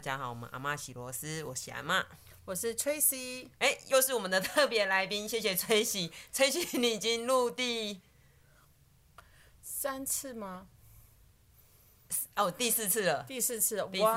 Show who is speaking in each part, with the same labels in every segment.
Speaker 1: 家好，我们阿妈喜螺丝，我是阿妈。
Speaker 2: 我是 Tracy，
Speaker 1: 哎、又是我们的特别来宾， 谢谢崔喜。崔喜，你已经入第
Speaker 2: 三次吗？
Speaker 1: 哦第四次了，
Speaker 2: 第四次了，
Speaker 1: 第四次了。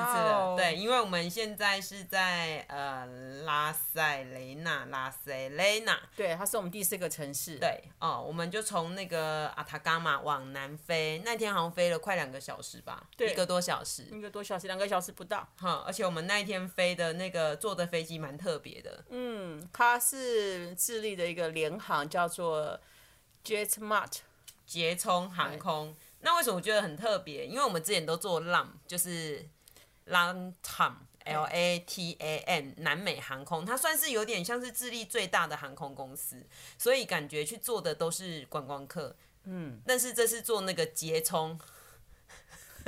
Speaker 2: 哇哦
Speaker 1: 对，，因为我们现在是在呃拉塞雷纳，拉塞雷纳。
Speaker 2: 对，它是我们第四个城市。，
Speaker 1: 对哦，我们就从那个阿塔伽马往南飞，那天好像飞了快两个小时吧，
Speaker 2: 对
Speaker 1: 一个多小时。
Speaker 2: 一个多小时，两个小时不到。
Speaker 1: 哈、而且我们那一天飞的那个坐的飞机蛮特别的，
Speaker 2: 嗯，它是智利的一个联航，叫做 JetMart。
Speaker 1: 捷冲航空。那为什么我觉得很特别？因为我们之前都做 LAM，就是 LATAM。L A T A M 南美航空，它算是有点像是智利最大的航空公司，所以感觉去做的都是观光客。嗯，但是这次做那个捷冲，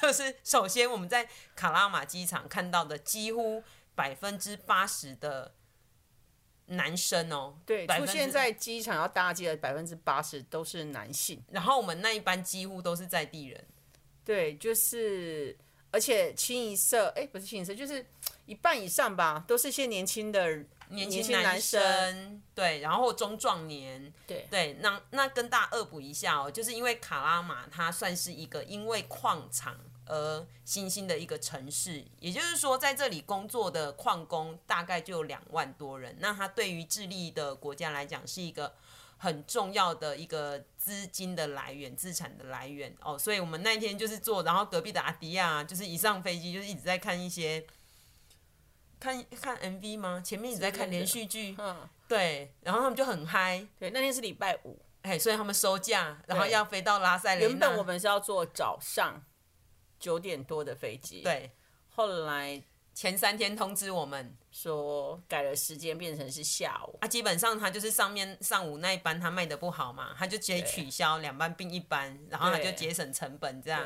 Speaker 1: 就是首先我们在卡拉马机场看到的几乎百分之八十的男生哦、
Speaker 2: 对，
Speaker 1: 百
Speaker 2: 出
Speaker 1: 分之
Speaker 2: 现在机场要搭机的百分之八十都是男性。
Speaker 1: 然后我们那一班几乎都是在地人。
Speaker 2: 对，就是，而且清一色，哎、不是清一色，就是一半以上吧，都是一些年轻的
Speaker 1: 年
Speaker 2: 年
Speaker 1: 轻
Speaker 2: 轻
Speaker 1: 男
Speaker 2: 男生
Speaker 1: 对，然后中壮年，
Speaker 2: 对
Speaker 1: 对，那那跟大家恶补一下哦，就是因为卡拉马它算是一个因为矿场而新兴的一个城市，也就是说在这里工作的矿工大概就有两万多人，那它对于智利的国家来讲是一个。很重要的一个资金的来源、资产的来源哦，所以我们那天就是坐，然后隔壁的阿迪亚就是一上飞机就是一直在看一些看看 MV 吗？前面一直在看
Speaker 2: 之类的
Speaker 1: 连续剧，
Speaker 2: 嗯，
Speaker 1: 对，然后他们就很嗨，
Speaker 2: 对，那天是礼拜五，
Speaker 1: 哎，所以他们收假，然后
Speaker 2: 对
Speaker 1: 要飞到拉塞雷纳。
Speaker 2: 原本我们是要坐早上九点多的飞机，，
Speaker 1: 对
Speaker 2: 后来
Speaker 1: 前三天通知我们
Speaker 2: 说改了时间，变成是下午。
Speaker 1: 啊，基本上他就是上面上午那一班他卖的不好嘛，他就直接取消两班并一班，然后他就
Speaker 2: 对
Speaker 1: 节省成本这样。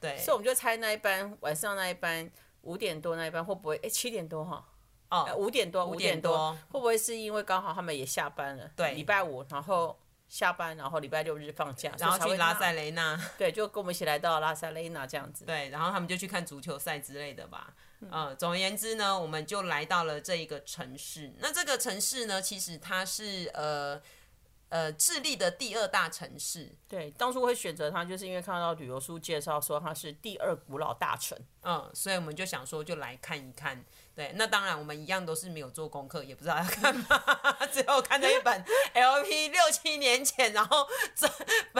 Speaker 1: 对，
Speaker 2: 所以我们就猜那一班晚上那一班五点多那一班会不会？哎，七点多哈，呃
Speaker 1: 哦，
Speaker 2: 五点多，
Speaker 1: 5
Speaker 2: 五
Speaker 1: 点
Speaker 2: 点
Speaker 1: 多
Speaker 2: 多会不会是因为刚好他们也下班了？
Speaker 1: 对
Speaker 2: 礼拜五然后下班，然后礼拜六日放假，
Speaker 1: 然后
Speaker 2: 所以
Speaker 1: 去
Speaker 2: 才会
Speaker 1: 拉
Speaker 2: 那
Speaker 1: 塞，雷纳，
Speaker 2: 对，就跟我们一起来到拉塞雷纳这样子。
Speaker 1: 对，然后他们就去看足球赛之类的吧。呃，总而言之呢，我们就来到了这一个城市。那这个城市呢，其实它是呃呃智利的第二大城市。
Speaker 2: 对，当初会选择它，就是因为看到旅游书介绍说它是第二古老大城。
Speaker 1: 嗯，所以我们就想说，就来看一看。对，那当然我们一样都是没有做功课，也不知道要干嘛， 只有看到一本 LP 六七年前，然后这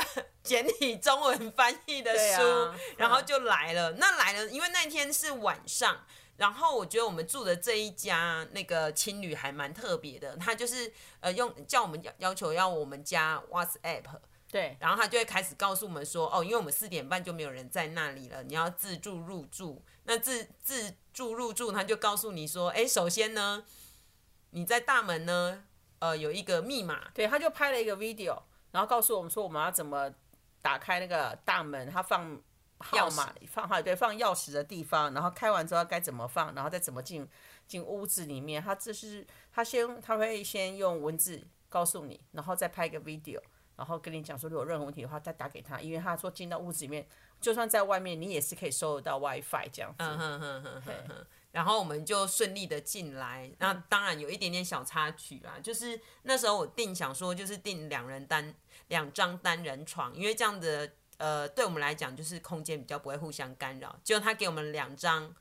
Speaker 1: 简体中文翻译的
Speaker 2: 对
Speaker 1: 书，
Speaker 2: 啊
Speaker 1: 然后就来了。那来了，因为那天是晚上。然后我觉得我们住的这一家那个青旅还蛮特别的，他就是呃用叫我们要要求要我们加 WhatsApp，
Speaker 2: 对，
Speaker 1: 然后他就会开始告诉我们说，哦，因为我们四点半就没有人在那里了，你要自助入住。那自自助入住，他就告诉你说，哎，首先呢，你在大门呢，呃，有一个密码，
Speaker 2: 对，他就拍了一个 video，然后告诉我们说我们要怎么打开那个大门，他放号码，放号对，放钥匙的地方，然后开完之后该怎么放，然后再怎么进进屋子里面。他这是他先他会先用文字告诉你，然后再拍一个 video。然后跟你讲说，如果有任何问题的话，再打给他，因为他说进到屋子里面，就算在外面，你也是可以收得到 WiFi 这样子。
Speaker 1: 嗯哼哼哼哼哼。然后我们就顺利的进来，那当然有一点点小插曲啊，就是那时候我定想说，就是订两人单两张单人床，因为这样的呃，对我们来讲就是空间比较不会互相干扰。结果他给我们两张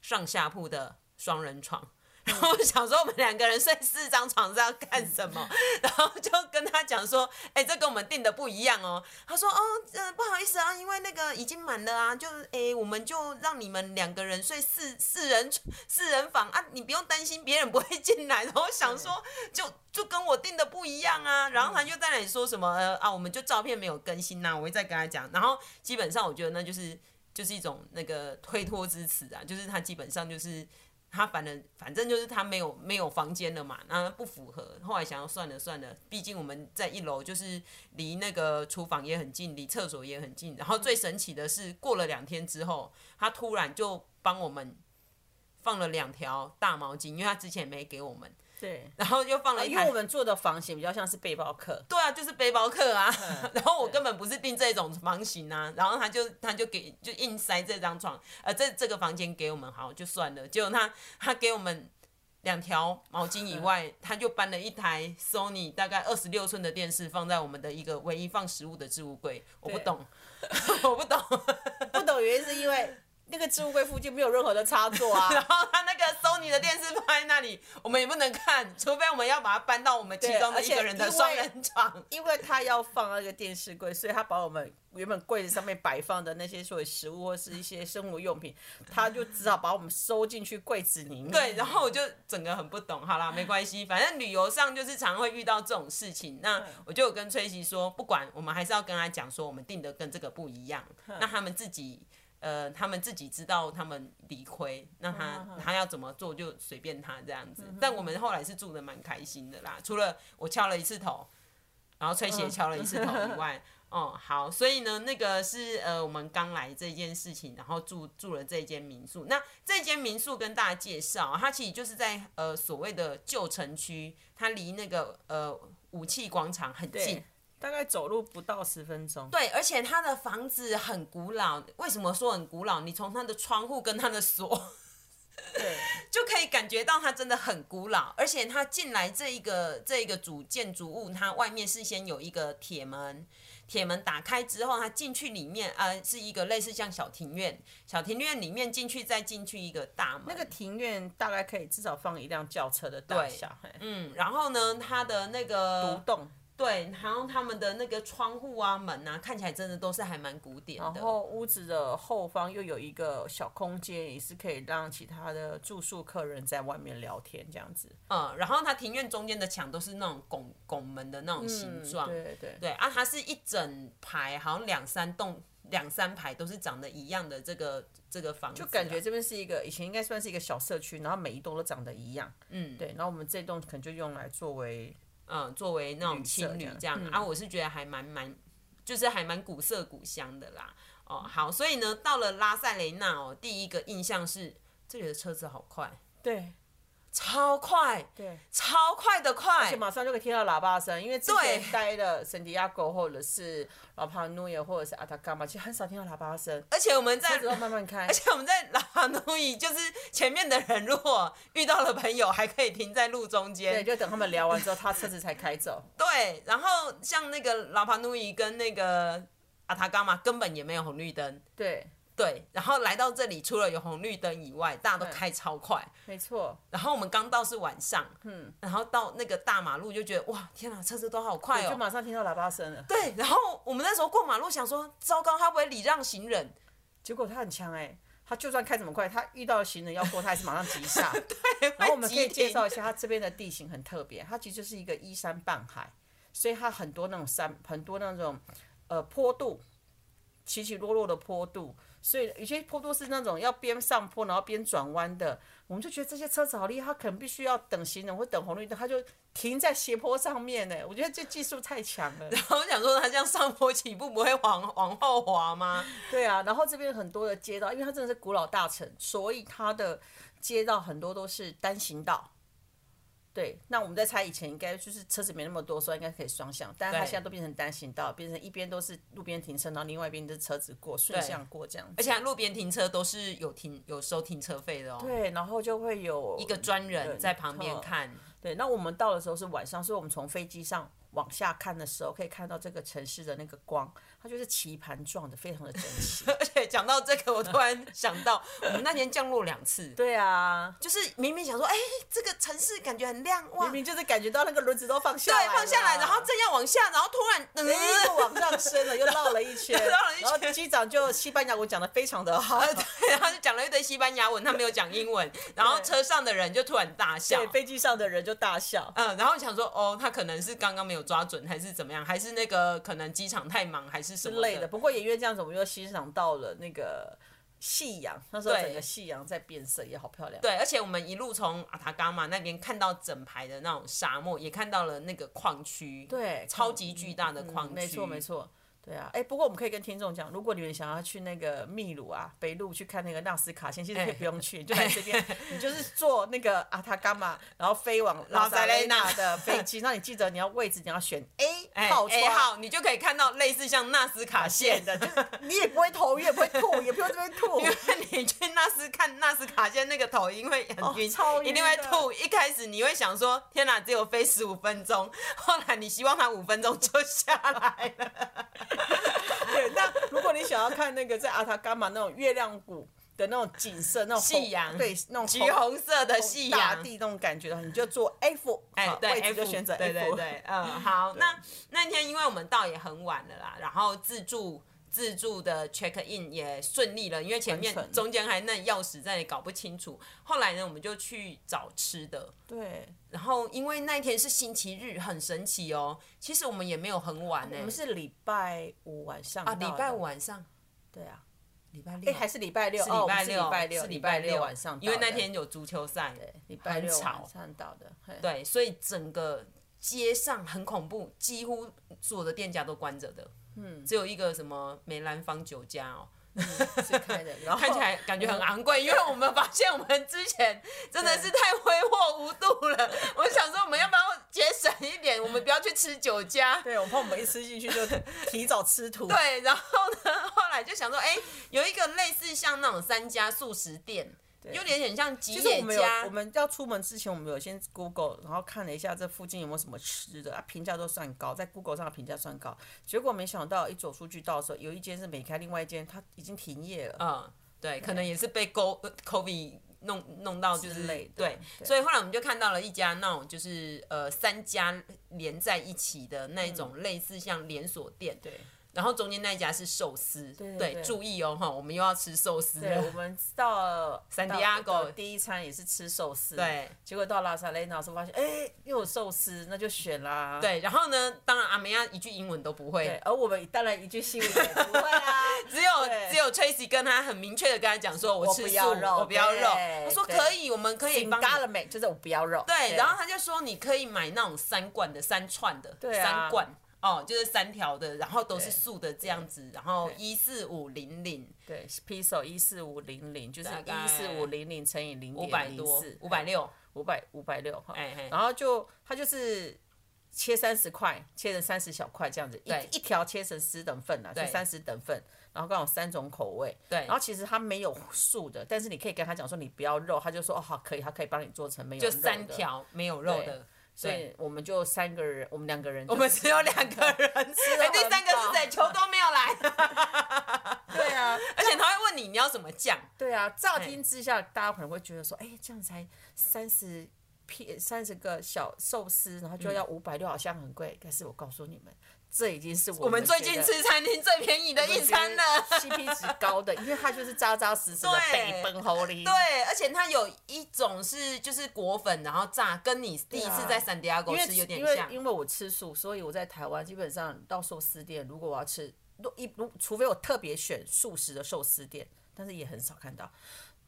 Speaker 1: 上下铺的双人床。然后我想说，我们两个人睡四张床是要干什么？ 然后就跟他讲说，哎、这跟我们订的不一样哦。他说，哦，呃，不好意思啊，因为那个已经满了啊，就哎、我们就让你们两个人睡四四人四人房啊，你不用担心别人不会进来。然后我想说，就就跟我订的不一样啊。然后他就在那里说什么，呃啊，我们就照片没有更新啊呐、我会再跟他讲。然后基本上我觉得那就是就是一种那个推脱之词啊，就是他基本上就是。他反正反正就是他没有没有房间了嘛，那不符合。后来想要算了算了，毕竟我们在一楼，就是离那个厨房也很近，离厕所也很近。然后最神奇的是，过了两天之后，他突然就帮我们放了两条大毛巾，因为他之前没给我们。
Speaker 2: 对，
Speaker 1: 然后又放了一
Speaker 2: 哦因为
Speaker 1: 台
Speaker 2: 我们做的房型比较像是背包客，
Speaker 1: 对啊，就是背包客啊。
Speaker 2: 嗯
Speaker 1: 然后我根本不是订这种房型啊，然后他就他就给就硬塞这张床，呃，这这个房间给我们好就算了。结果他他给我们两条毛巾
Speaker 2: 嗯
Speaker 1: 以外，他就搬了一台 Sony 大概二十六寸的电视放在我们的一个唯一放食物的置物柜。我不
Speaker 2: 对
Speaker 1: 懂， 我不懂。
Speaker 2: 不懂原因是因为那个置物柜附近没有任何的插座啊，
Speaker 1: 然后他那个 Sony 的电视放在那里，我们也不能看，除非我们要把它搬到我们其
Speaker 2: 对
Speaker 1: 中的
Speaker 2: 而
Speaker 1: 一
Speaker 2: 且
Speaker 1: 个人的
Speaker 2: 因为
Speaker 1: 双人床。
Speaker 2: 因为他要放那个电视柜，所以他把我们原本柜子上面摆放的那些所有食物或是一些生活用品，他就只好把我们收进去柜子里面。
Speaker 1: 对，然后我就整个很不懂。好啦，没关系，反正旅游上就是常会遇到这种事情。那我就有跟崔西说，不管我们还是要跟他讲说，我们订的跟这个不一样。那他们自己，呃，他们自己知道他们理亏，那他他要怎么做就随便他这样子。但我们后来是住的蛮开心的啦，除了我敲了一次头，然后崔西也敲了一次头以外。哦，好，所以呢，那个是呃，我们刚来这件事情，然后住住了这间民宿。那这间民宿跟大家介绍啊，它其实就是在呃所谓的旧城区，它离那个呃武器广场很近
Speaker 2: 对。，大概走路不到十分钟。
Speaker 1: 对，而且它的房子很古老。为什么说很古老？你从它的窗户跟它的锁，
Speaker 2: 对，
Speaker 1: 就可以感觉到它真的很古老，而且它进来这一个这一个主建筑物，它外面是先有一个铁门，铁门打开之后，它进去里面呃是一个类似像小庭院，小庭院里面进去再进去一个大门，
Speaker 2: 那个庭院大概可以至少放一辆轿车的大小，嘿
Speaker 1: 嗯，然后呢，它的那个
Speaker 2: 独栋。
Speaker 1: 对，然后他们的那个窗户啊门啊，看起来真的都是还蛮古典
Speaker 2: 然
Speaker 1: 的。
Speaker 2: 后屋子的后方又有一个小空间，也是可以让其他的住宿客人在外面聊天这样子。
Speaker 1: 嗯，然后它庭院中间的墙都是那种拱拱门的那种形状，
Speaker 2: 嗯对对
Speaker 1: 对啊，它是一整排，好像两三栋、两三排都是长得一样的这个这个房子啊、
Speaker 2: 就感觉这边是一个以前应该算是一个小社区，然后每一栋都长得一样。
Speaker 1: 嗯
Speaker 2: 对，然后我们这栋可能就用来作为
Speaker 1: 嗯，作为那种
Speaker 2: 旅
Speaker 1: 情
Speaker 2: 社
Speaker 1: 侣
Speaker 2: 这样
Speaker 1: 这样、啊，我是觉得还蛮蛮，就是还蛮古色古香的啦。哦，好，所以呢，到了拉塞雷纳哦，第一个印象是这里的车子好快，
Speaker 2: 对
Speaker 1: 超快，
Speaker 2: 对，
Speaker 1: 超快的快，
Speaker 2: 马上就可以听到喇叭声，因为之
Speaker 1: 对
Speaker 2: 前待的圣地亚哥或者是老帕努耶或者是阿塔伽马，其实很少听到喇叭声，
Speaker 1: 而且我们在
Speaker 2: 车子要慢慢 开
Speaker 1: 而。且我们在拉哈努伊，就是前面的人如果遇到了朋友，还可以停在路中间
Speaker 2: 对，，就等他们聊完之后，他车子才开走。
Speaker 1: 对，然后像那个拉帕努伊跟那个阿塔伽马根本也没有红绿灯。
Speaker 2: 对，
Speaker 1: 对，然后来到这里，除了有红绿灯以外，大家都
Speaker 2: 对
Speaker 1: 开超快。
Speaker 2: 没错，
Speaker 1: 然后我们刚到是晚上，嗯，然后到那个大马路就觉得哇，天啊，车子都好快
Speaker 2: 我就
Speaker 1: 哦。
Speaker 2: 马上听到喇叭声了。
Speaker 1: 对，然后我们那时候过马路想说，糟糕，他不会礼让行人。
Speaker 2: 结果他很强哎、他就算开怎么快，他遇到行人要过，他还是马上急刹。然后我们可以介绍一下，它这边的地形很特别，它其实就是一个依山傍海，所以它很多那种山，很多那种呃坡度，起起落落的坡度，所以有些坡度是那种要边上坡然后边转弯的，我们就觉得这些车子好厉害，它可能必须要等行人或等红绿灯，它就停在斜坡上面欸呢。我觉得这技术太强了。
Speaker 1: 然后我想说，他这样上坡起步不会往往后滑吗？
Speaker 2: 对啊，然后这边很多的街道，因为它真的是古老大城，所以它的街道很多都是单行道。对，那我们在猜以前应该就是车子没那么多，所以应该可以双向，但是它
Speaker 1: 对
Speaker 2: 现在都变成单行道，变成一边都是路边停车，然后另外一边就是车子过，顺向过这样子。
Speaker 1: 而且路边停车都是有停有收停车费的哦。
Speaker 2: 对，然后就会有一
Speaker 1: 一个专人在旁边。
Speaker 2: 嗯
Speaker 1: 看，
Speaker 2: 对，那我们到的时候是晚上，所以我们从飞机上往下看的时候，可以看到这个城市的那个光，它就是棋盘状的，非常的整 齐。
Speaker 1: 而且讲到这个，我突然想到，我们那天降落两次，
Speaker 2: 对啊，
Speaker 1: 就是明明想说，哎、这个城市感觉很亮哇，
Speaker 2: 明明就是感觉到那个轮子都放下来
Speaker 1: 对，
Speaker 2: 了，
Speaker 1: 放下来，然后正要往下，然后突然，嗯，
Speaker 2: 哎又往上升了，又绕了一 圈，
Speaker 1: 又绕了一圈
Speaker 2: 然后机长就西班牙文讲的非常 的好，
Speaker 1: 呃对，然后就讲了一堆西班牙文，他没有讲英文，然后车上的人就突然大笑
Speaker 2: 对，。飞机上的人就大笑。
Speaker 1: 嗯，然后想说，哦，他可能是刚刚没有抓准，还是怎么样，还是那个可能机场太忙，还是什
Speaker 2: 之
Speaker 1: 么
Speaker 2: 类的，不过也因为这样子，我们又欣赏到了那个夕阳。那时候
Speaker 1: 对
Speaker 2: 整个夕阳在变色，也好漂亮。，
Speaker 1: 对，而且我们一路从阿塔伽马那边看到整排的那种沙漠，也看到了那个矿区，
Speaker 2: 对嗯
Speaker 1: 超级巨大的矿区，
Speaker 2: 没错没。错。对啊，哎、不过我们可以跟听众讲，如果你们想要去那个秘鲁啊、北路去看那个纳斯卡线，其
Speaker 1: 哎
Speaker 2: 实可以不用去，你就来 这边，你就是坐那个阿塔伽马，然后飞往拉塞雷纳的飞机。那你记得你要位置，你要选 A
Speaker 1: 哎
Speaker 2: 号
Speaker 1: ，A
Speaker 2: 窗。
Speaker 1: 号你就可以看到类似像纳斯卡线
Speaker 2: 线 的，就是你也不会头晕，也不会吐，也不用这边吐
Speaker 1: 因。为你去纳斯看纳斯卡线那个头，因为很晕，
Speaker 2: 哦超晕
Speaker 1: 一定会
Speaker 2: 的
Speaker 1: 吐。一开始你会想说：“天哪，只有飞十五分钟。”后来你希望它五分钟就下来了。
Speaker 2: 对，那如果你想要看那个在阿塔伽马那种月亮谷的那种景色，那种红
Speaker 1: 夕阳
Speaker 2: 对，那种
Speaker 1: 橘哦红色的夕
Speaker 2: 大
Speaker 1: 阳，
Speaker 2: 地那种感觉的话，你就做 F，
Speaker 1: 哎、
Speaker 2: 好
Speaker 1: 对
Speaker 2: 位置
Speaker 1: F
Speaker 2: 就选择 F，
Speaker 1: 对对对，嗯，好，那那天因为我们到也很晚了啦，然后自助自助的 check in 也顺利了，因为前面
Speaker 2: 完成
Speaker 1: 中间还那钥匙在搞不清楚，后来呢我们就去找吃的，
Speaker 2: 对
Speaker 1: 然后哦因为那一天是星期日，很神奇哦，其实我们也没有很晚呢、
Speaker 2: 啊我们是礼拜五晚上
Speaker 1: 啊
Speaker 2: 啊
Speaker 1: 礼拜五晚上，
Speaker 2: 对啊，
Speaker 1: 礼拜六
Speaker 2: 哎、还是礼拜六，
Speaker 1: 是
Speaker 2: 哦
Speaker 1: 礼
Speaker 2: 我们
Speaker 1: 拜
Speaker 2: 是礼拜六，
Speaker 1: 是礼拜
Speaker 2: 六晚上到的，
Speaker 1: 因为那天有足球赛，
Speaker 2: 礼拜六
Speaker 1: 很吵
Speaker 2: 晚上到的，嘿
Speaker 1: 对，所以整个街上很恐怖，几乎所有的店家都关着的。嗯，只有一个什么梅兰芳酒家 哦，
Speaker 2: 是开的，然 后
Speaker 1: 看起来感觉很昂贵，因为我们发现我们之前真的是太挥霍无度了。我想说，我们要不要节省一点，我们不要去吃酒家？
Speaker 2: 对我怕我们一吃进去就提早吃土，
Speaker 1: 对，然后呢，后来就想说，哎、有一个类似像那种三家素食店，有点很像吉
Speaker 2: 其实我
Speaker 1: 野
Speaker 2: 们有
Speaker 1: 家，
Speaker 2: 我们要出门之前，我们有先 Google，然后看了一下这附近有没有什么吃的，啊，评价都算高，在 Google 上的评价算高。结果没想到一走出去到的时候，有一间是没开，另外一间它已经停业了。
Speaker 1: 嗯，对，可能也是被 Go COVID 弄弄到就是
Speaker 2: 之类的
Speaker 1: 对，
Speaker 2: 对
Speaker 1: 所以后来我们就看到了一家那种就是呃三家连在一起的那一种类似像连锁店，
Speaker 2: 嗯对，
Speaker 1: 然后中间那一家是寿司，
Speaker 2: 对对对
Speaker 1: 注意哦哈，我们又要吃寿司
Speaker 2: 对，我
Speaker 1: 了，
Speaker 2: 们 到
Speaker 1: 圣地
Speaker 2: 到
Speaker 1: 亚哥
Speaker 2: 到第一餐也是吃寿司，
Speaker 1: 对。
Speaker 2: 结果到拉萨雷纳时候发现，哎，又有寿司，那就选啦。
Speaker 1: 对，然后呢？当然，阿梅亚一句英文都不
Speaker 2: 对，
Speaker 1: 会，
Speaker 2: 而我们当然一句新闻也不会 啊啦。
Speaker 1: 只有
Speaker 2: 对
Speaker 1: 只有 Tracy 跟他很明确的跟他讲说，我吃
Speaker 2: 不
Speaker 1: 素，
Speaker 2: 要肉
Speaker 1: 我不要
Speaker 2: 对
Speaker 1: 肉。他说
Speaker 2: 对
Speaker 1: 可以，我们可以
Speaker 2: 顶
Speaker 1: 帮你
Speaker 2: 嘎了没？就是我不要肉。
Speaker 1: 对，然后他就说你可以买那种三罐的、三串的、
Speaker 2: 对啊
Speaker 1: 三罐哦，就是三条的，然后都是
Speaker 2: 对
Speaker 1: 素的这样子，然后一四五零零
Speaker 2: 对，Piso 一四五零零就是
Speaker 1: 大概
Speaker 2: 一四五零零乘以零
Speaker 1: 五
Speaker 2: 点
Speaker 1: 百
Speaker 2: 零
Speaker 1: 多
Speaker 2: 四，哎
Speaker 1: 五百六，
Speaker 2: 五百五百六哈
Speaker 1: 哎嘿，
Speaker 2: 然后就它就是切三十块，切成三十小块这样子，
Speaker 1: 对
Speaker 2: 一一条切成十等份啊，就
Speaker 1: 对
Speaker 2: 三十等份，然后刚好三种口味，
Speaker 1: 对
Speaker 2: 然后其实它没有素的，但是你可以跟他讲说你不要肉，他就说哦好可以，他可以帮你做成没有
Speaker 1: 就
Speaker 2: 肉的
Speaker 1: 三，条没有肉
Speaker 2: 对
Speaker 1: 的，
Speaker 2: 所以我们就三个人，我们两个人就，
Speaker 1: 我们只有两个 人吃，哎，
Speaker 2: 很
Speaker 1: 第三个是谁？球都没有来，
Speaker 2: 对 啊，
Speaker 1: 而且他会问你你要什么酱，
Speaker 2: 对啊，乍
Speaker 1: 哎
Speaker 2: 听之下，大家可能会觉得说，哎、这样才三十片三十个小寿司，然后就要
Speaker 1: 嗯
Speaker 2: 五百六，好像很贵。但是我告诉你们，这已经是 我
Speaker 1: 我们最近
Speaker 2: 觉得
Speaker 1: 吃餐厅最便宜的一餐了。
Speaker 2: ，CP 值高的，因为它就是扎扎实实的
Speaker 1: 对
Speaker 2: 北奔侯里。
Speaker 1: 对，而且它有一种是就是果粉，然后炸，跟你第一
Speaker 2: 对啊
Speaker 1: 次在圣地亚哥
Speaker 2: 因为
Speaker 1: 吃有点
Speaker 2: 因为
Speaker 1: 像。
Speaker 2: 因为我吃素，所以我在台湾基本上到寿司店，如果我要吃，如一如除非我特别选素食的寿司店，但是也很少看到。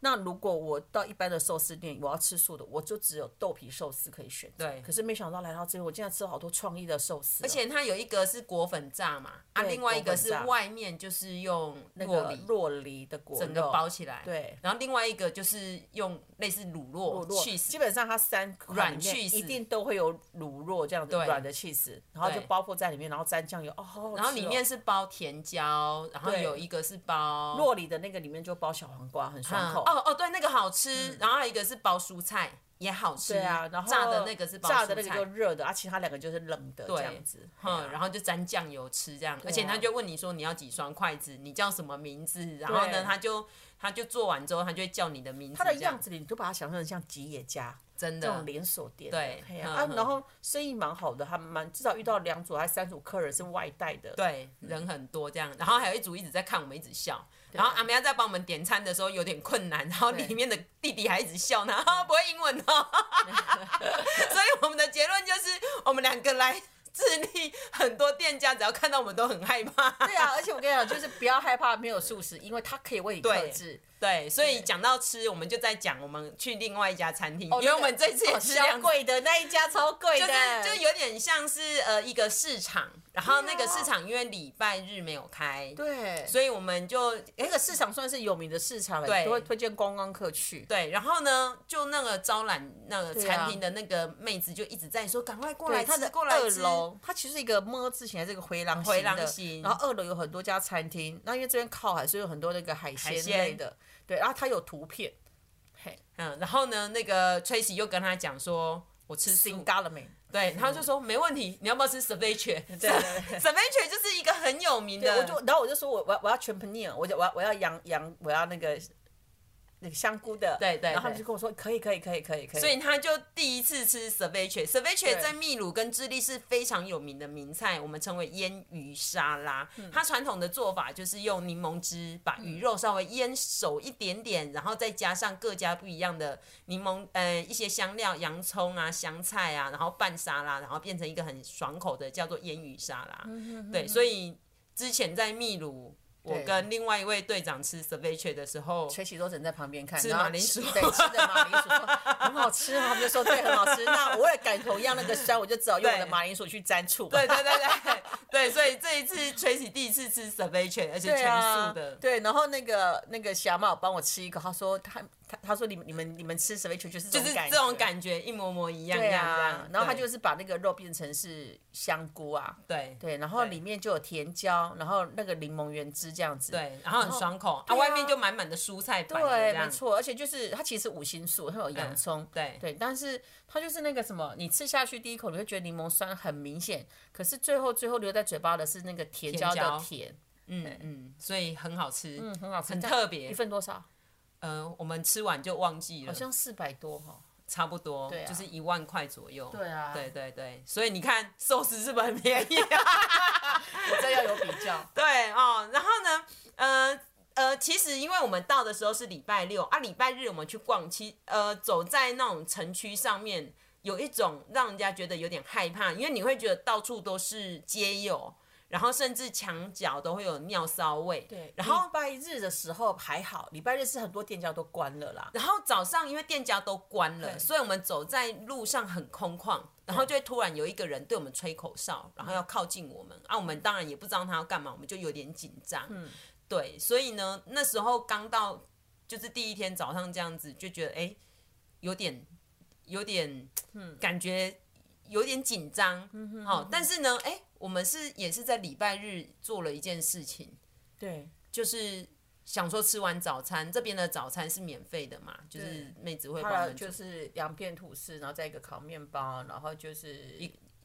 Speaker 2: 那如果我到一般的寿司店，我要吃素的，我就只有豆皮寿司可以选择。
Speaker 1: 对
Speaker 2: 可是没想到来到这边，我竟然吃了好多创意的寿司哦、
Speaker 1: 而且它有一个是果粉炸嘛，啊，
Speaker 2: 对
Speaker 1: 另外一个是
Speaker 2: 果粉炸
Speaker 1: 外面就是用
Speaker 2: 那
Speaker 1: 糯
Speaker 2: 个
Speaker 1: 米
Speaker 2: 洛呃梨的果
Speaker 1: 整个
Speaker 2: 肉
Speaker 1: 包起来，
Speaker 2: 对
Speaker 1: 然后另外一个就是用类似乳酪
Speaker 2: 乳酪，
Speaker 1: 去
Speaker 2: 基
Speaker 1: 死，
Speaker 2: 本上它三款
Speaker 1: 软
Speaker 2: 里面
Speaker 1: cheese
Speaker 2: 一定都会有乳酪这样子
Speaker 1: 对
Speaker 2: 软的 cheese，然后就
Speaker 1: 对
Speaker 2: 包覆在里面，然后沾酱油，哦，好好
Speaker 1: 然后
Speaker 2: 吃
Speaker 1: 里
Speaker 2: 哦
Speaker 1: 面是包甜椒，然后
Speaker 2: 对
Speaker 1: 有一个是包
Speaker 2: 洛梨的那个里面就包小黄瓜，很爽
Speaker 1: 嗯
Speaker 2: 口。嗯
Speaker 1: 哦哦，对，那个好吃，然后还有一个是包蔬菜也好吃，
Speaker 2: 对啊，然后
Speaker 1: 炸的那个是包
Speaker 2: 炸的
Speaker 1: 蔬
Speaker 2: 那个
Speaker 1: 菜
Speaker 2: 就热的，啊，其他两个就是冷的这样子。啊
Speaker 1: 嗯，然
Speaker 2: 后
Speaker 1: 后就沾酱油吃这
Speaker 2: 啊
Speaker 1: 样，而且他就问你说你要几双筷子，你叫什么名字，然后呢，
Speaker 2: 对
Speaker 1: 他就他就做完之后，他就会叫你的名字，
Speaker 2: 它的
Speaker 1: 这
Speaker 2: 样子你就把它想象成像吉野家
Speaker 1: 真
Speaker 2: 这种
Speaker 1: 的，
Speaker 2: 连锁店。
Speaker 1: 对
Speaker 2: 嘿啊
Speaker 1: 嗯
Speaker 2: 啊
Speaker 1: 嗯
Speaker 2: 然后生意蛮好的，还蛮至少遇到两组还三组客人是外带的。
Speaker 1: 对，人很多这样，然后还有一组一直在看我们，一直笑。然后阿梅亚在帮我们点餐的时候有点困难，然后里
Speaker 2: 对
Speaker 1: 面的弟弟还一直笑呢， 啊不会英文哦。 所以我们的结论就是，我们两个来智利，很多店家只要看到我们都很害怕。
Speaker 2: 啊对啊，而且我跟你讲，就是不要害怕没有素食，因为它可以为你克
Speaker 1: 对
Speaker 2: 制。
Speaker 1: 对，所以讲到吃，我们就在讲我们去另外一家餐厅，
Speaker 2: 哦
Speaker 1: 因为我们这次也吃两
Speaker 2: 超贵的那一家超贵
Speaker 1: 就
Speaker 2: 的，
Speaker 1: 是就有点像是呃一个市场，然后那个市场因为礼拜日没有开，
Speaker 2: 对，啊
Speaker 1: 所以我们就
Speaker 2: 那个市场算是有名的市场了，
Speaker 1: 对
Speaker 2: 都会推荐观光客去。
Speaker 1: 对，然后呢，就那个招揽那个
Speaker 2: 对啊
Speaker 1: 餐厅的那个妹子就一直在说，赶快过
Speaker 2: 对，
Speaker 1: 来
Speaker 2: 它
Speaker 1: 吃，
Speaker 2: 的
Speaker 1: 过来
Speaker 2: 二
Speaker 1: 吃。
Speaker 2: 楼，它其实是一个么字形，还是一个回廊
Speaker 1: 回
Speaker 2: 的
Speaker 1: 廊形
Speaker 2: 然后二楼有很多家餐厅，那因为这边靠海，所以有很多那个海鲜
Speaker 1: 鲜
Speaker 2: 类的。对，然后它有图片，嘿
Speaker 1: 嗯，然后呢，那个 Tracy 又跟他讲说，我吃素
Speaker 2: ，Sing，g a l a m e
Speaker 1: 对，然后就说没问题，你要不要吃 s e v e c h e
Speaker 2: 对对
Speaker 1: s e v e c h e 就是一个很有名
Speaker 2: 对，
Speaker 1: 的，
Speaker 2: 我就然后我就说我我要我要全盆念，我就我要我要羊羊，我要那个那个香菇的。
Speaker 1: 对对
Speaker 2: 然
Speaker 1: 对
Speaker 2: 后他们就跟我说可以可以可以可以可以。
Speaker 1: 所以他就第一次吃 s e v e c h e s e v e c h e
Speaker 2: 对
Speaker 1: 在秘鲁跟智利是非常有名的名菜，我们称为腌鱼沙拉。
Speaker 2: 嗯
Speaker 1: 它传统的做法就是用柠檬汁把鱼肉稍微腌熟一点点，然后再加上各家不一样的柠檬，呃，一些香料，洋葱啊、香菜啊，然后拌沙拉，然后变成一个很爽口的叫做腌鱼沙拉。
Speaker 2: 嗯
Speaker 1: 对，所以之前在秘鲁。我
Speaker 2: 对
Speaker 1: 跟另外一位队长吃 s e v e c h e 的时候，
Speaker 2: 崔启都只能在旁边看，
Speaker 1: 吃
Speaker 2: 然后
Speaker 1: 马铃薯
Speaker 2: 对，吃的马铃薯 说很好吃啊，他们就说对，很好吃。那我为了感同样那个酸，我就只好用我的
Speaker 1: 对
Speaker 2: 马铃薯去沾 醋。
Speaker 1: 对对对对对，所以这一次 Tracy 第一次吃 s a v a g e 而且全
Speaker 2: 对啊
Speaker 1: 素的，
Speaker 2: 对，然后那个那个小马有帮我吃一口，他说他他他说你们你们你们吃 s a v 就是
Speaker 1: 就是
Speaker 2: 感
Speaker 1: 这种
Speaker 2: 觉。
Speaker 1: 感觉一模模一样
Speaker 2: 对
Speaker 1: 样这
Speaker 2: 啊
Speaker 1: 样。，
Speaker 2: 然后他
Speaker 1: 对
Speaker 2: 就是把那个肉变成是香菇啊，
Speaker 1: 对
Speaker 2: 对，然后
Speaker 1: 对
Speaker 2: 里面就有甜椒，然后那个柠檬原汁这样子，
Speaker 1: 对，然后很爽口，啊，
Speaker 2: 对啊
Speaker 1: 外面就满满的蔬菜版的这
Speaker 2: 对，没
Speaker 1: 样。
Speaker 2: 错，而且就是它其实五星素，它有洋葱，
Speaker 1: 对
Speaker 2: 对，但是它就是那个什么，你吃下去第一口你会觉得柠檬酸很明显，可是最后最后留在嘴巴的是那个甜椒
Speaker 1: 甜椒
Speaker 2: 的甜，
Speaker 1: 嗯嗯，所以很好吃，
Speaker 2: 嗯，很好吃，
Speaker 1: 很
Speaker 2: 但
Speaker 1: 特别
Speaker 2: 一份多少？
Speaker 1: 呃，我们吃完就忘记了
Speaker 2: 好，像四百多哈、
Speaker 1: 差不多
Speaker 2: 对啊
Speaker 1: 就是一万块左右。
Speaker 2: 对啊
Speaker 1: 对对对，所以你看寿司是不是很便 宜啊？。
Speaker 2: 这要有比较
Speaker 1: 对哦，然后呢，呃呃，其实因为我们到的时候是礼拜六啊，礼拜日我们去逛，其呃走在那种城区上面，有一种让人家觉得有点害怕，因为你会觉得到处都是街友，然后甚至墙角都会有尿骚味。
Speaker 2: 对，
Speaker 1: 然
Speaker 2: 然
Speaker 1: 后
Speaker 2: 后礼拜日的时候还好，礼拜日是很多店家都关了啦。
Speaker 1: 然后早上因为店家都关了，
Speaker 2: 对
Speaker 1: 所以我们走在路上很空旷，然后就会突然有一个人对我们吹口哨，然后要靠近我们啊，我们当然也不知道他要干嘛，我们就有点紧张。嗯，对，所以呢，那时候刚到就是第一天早上这样子，就觉得哎，有点有点，感觉有点紧张。好、但是呢，哎，我们是也是在礼拜日做了一件事情，
Speaker 2: 对，
Speaker 1: 就是想说吃完早餐，这边的早餐是免费的嘛，就是
Speaker 2: 对
Speaker 1: 妹子会帮我
Speaker 2: 它
Speaker 1: 们煮
Speaker 2: 呃就是两片吐司，然后再一个烤面包，然后就是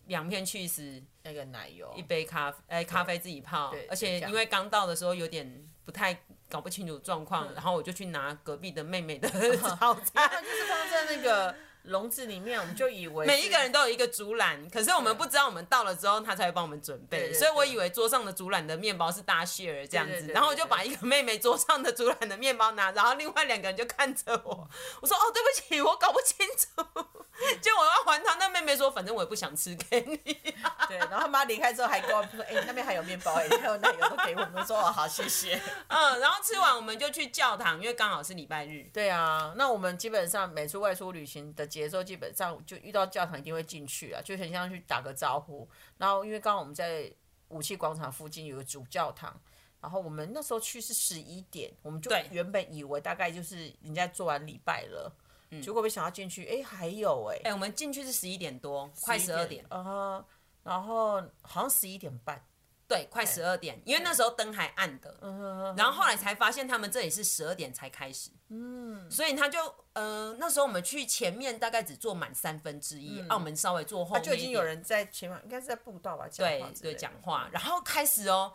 Speaker 1: 两片去死，
Speaker 2: 那个奶油
Speaker 1: 一。杯咖啡，哎、咖啡自己泡
Speaker 2: 对，
Speaker 1: 而
Speaker 2: 就
Speaker 1: 且
Speaker 2: 这样
Speaker 1: 因为刚到的时候有点不太搞不清楚状况，
Speaker 2: 嗯
Speaker 1: 然后我就去拿隔壁的妹妹 的 早
Speaker 2: 它
Speaker 1: 餐。
Speaker 2: 就是放在那个笼子里面，我们就以 为
Speaker 1: 每一个
Speaker 2: 是
Speaker 1: 人都有一个竹篮，可是我们不知道我们到了之后，她才会帮我们准备，
Speaker 2: 对对
Speaker 1: 所以我以为桌上的竹篮的面包是大 share 这样子，
Speaker 2: 对对对
Speaker 1: 然后我就把一个妹妹桌上的竹篮的面包拿，然后另外两个人就看着我，
Speaker 2: 嗯
Speaker 1: 我说哦对不起，我搞不清楚， 结果我要还她，那妹妹说反正我也不想吃给你，
Speaker 2: 对，然后他妈离开之后还跟我说：“哎、那边还有面包哎、还有奶油都给我们。”我说：“哦，好，谢谢。
Speaker 1: 嗯，然后吃完我们就去教堂，因为刚好是礼拜日”，
Speaker 2: 对啊，那我们基本上每次外出旅行的节奏，基本上就遇到教堂一定会进去啊，就很像去打个招呼。然后因为刚刚我们在武器广场附近有个主教堂。然后我们那时候去是十一点，我们就
Speaker 1: 对
Speaker 2: 原本以为大概就是人家做完礼拜了，结果没想到进去，哎，还有哎、
Speaker 1: 嗯哎、我们进去是十一点多，快十二点，
Speaker 2: 啊、然后好像十一点半，
Speaker 1: 对，快十二点，因为那时候灯还暗的，
Speaker 2: 嗯
Speaker 1: 然后后来才发现他们这里是十二点才开始，嗯，所以他就呃那时候我们去前面大概只坐满三分之一，澳门稍微坐后
Speaker 2: 他
Speaker 1: 面一
Speaker 2: 嗯啊就
Speaker 1: 点、
Speaker 2: 已经有人在前面，应该是在步道吧，讲话
Speaker 1: 对
Speaker 2: 之类
Speaker 1: 对
Speaker 2: 的
Speaker 1: 讲话，然后开始哦。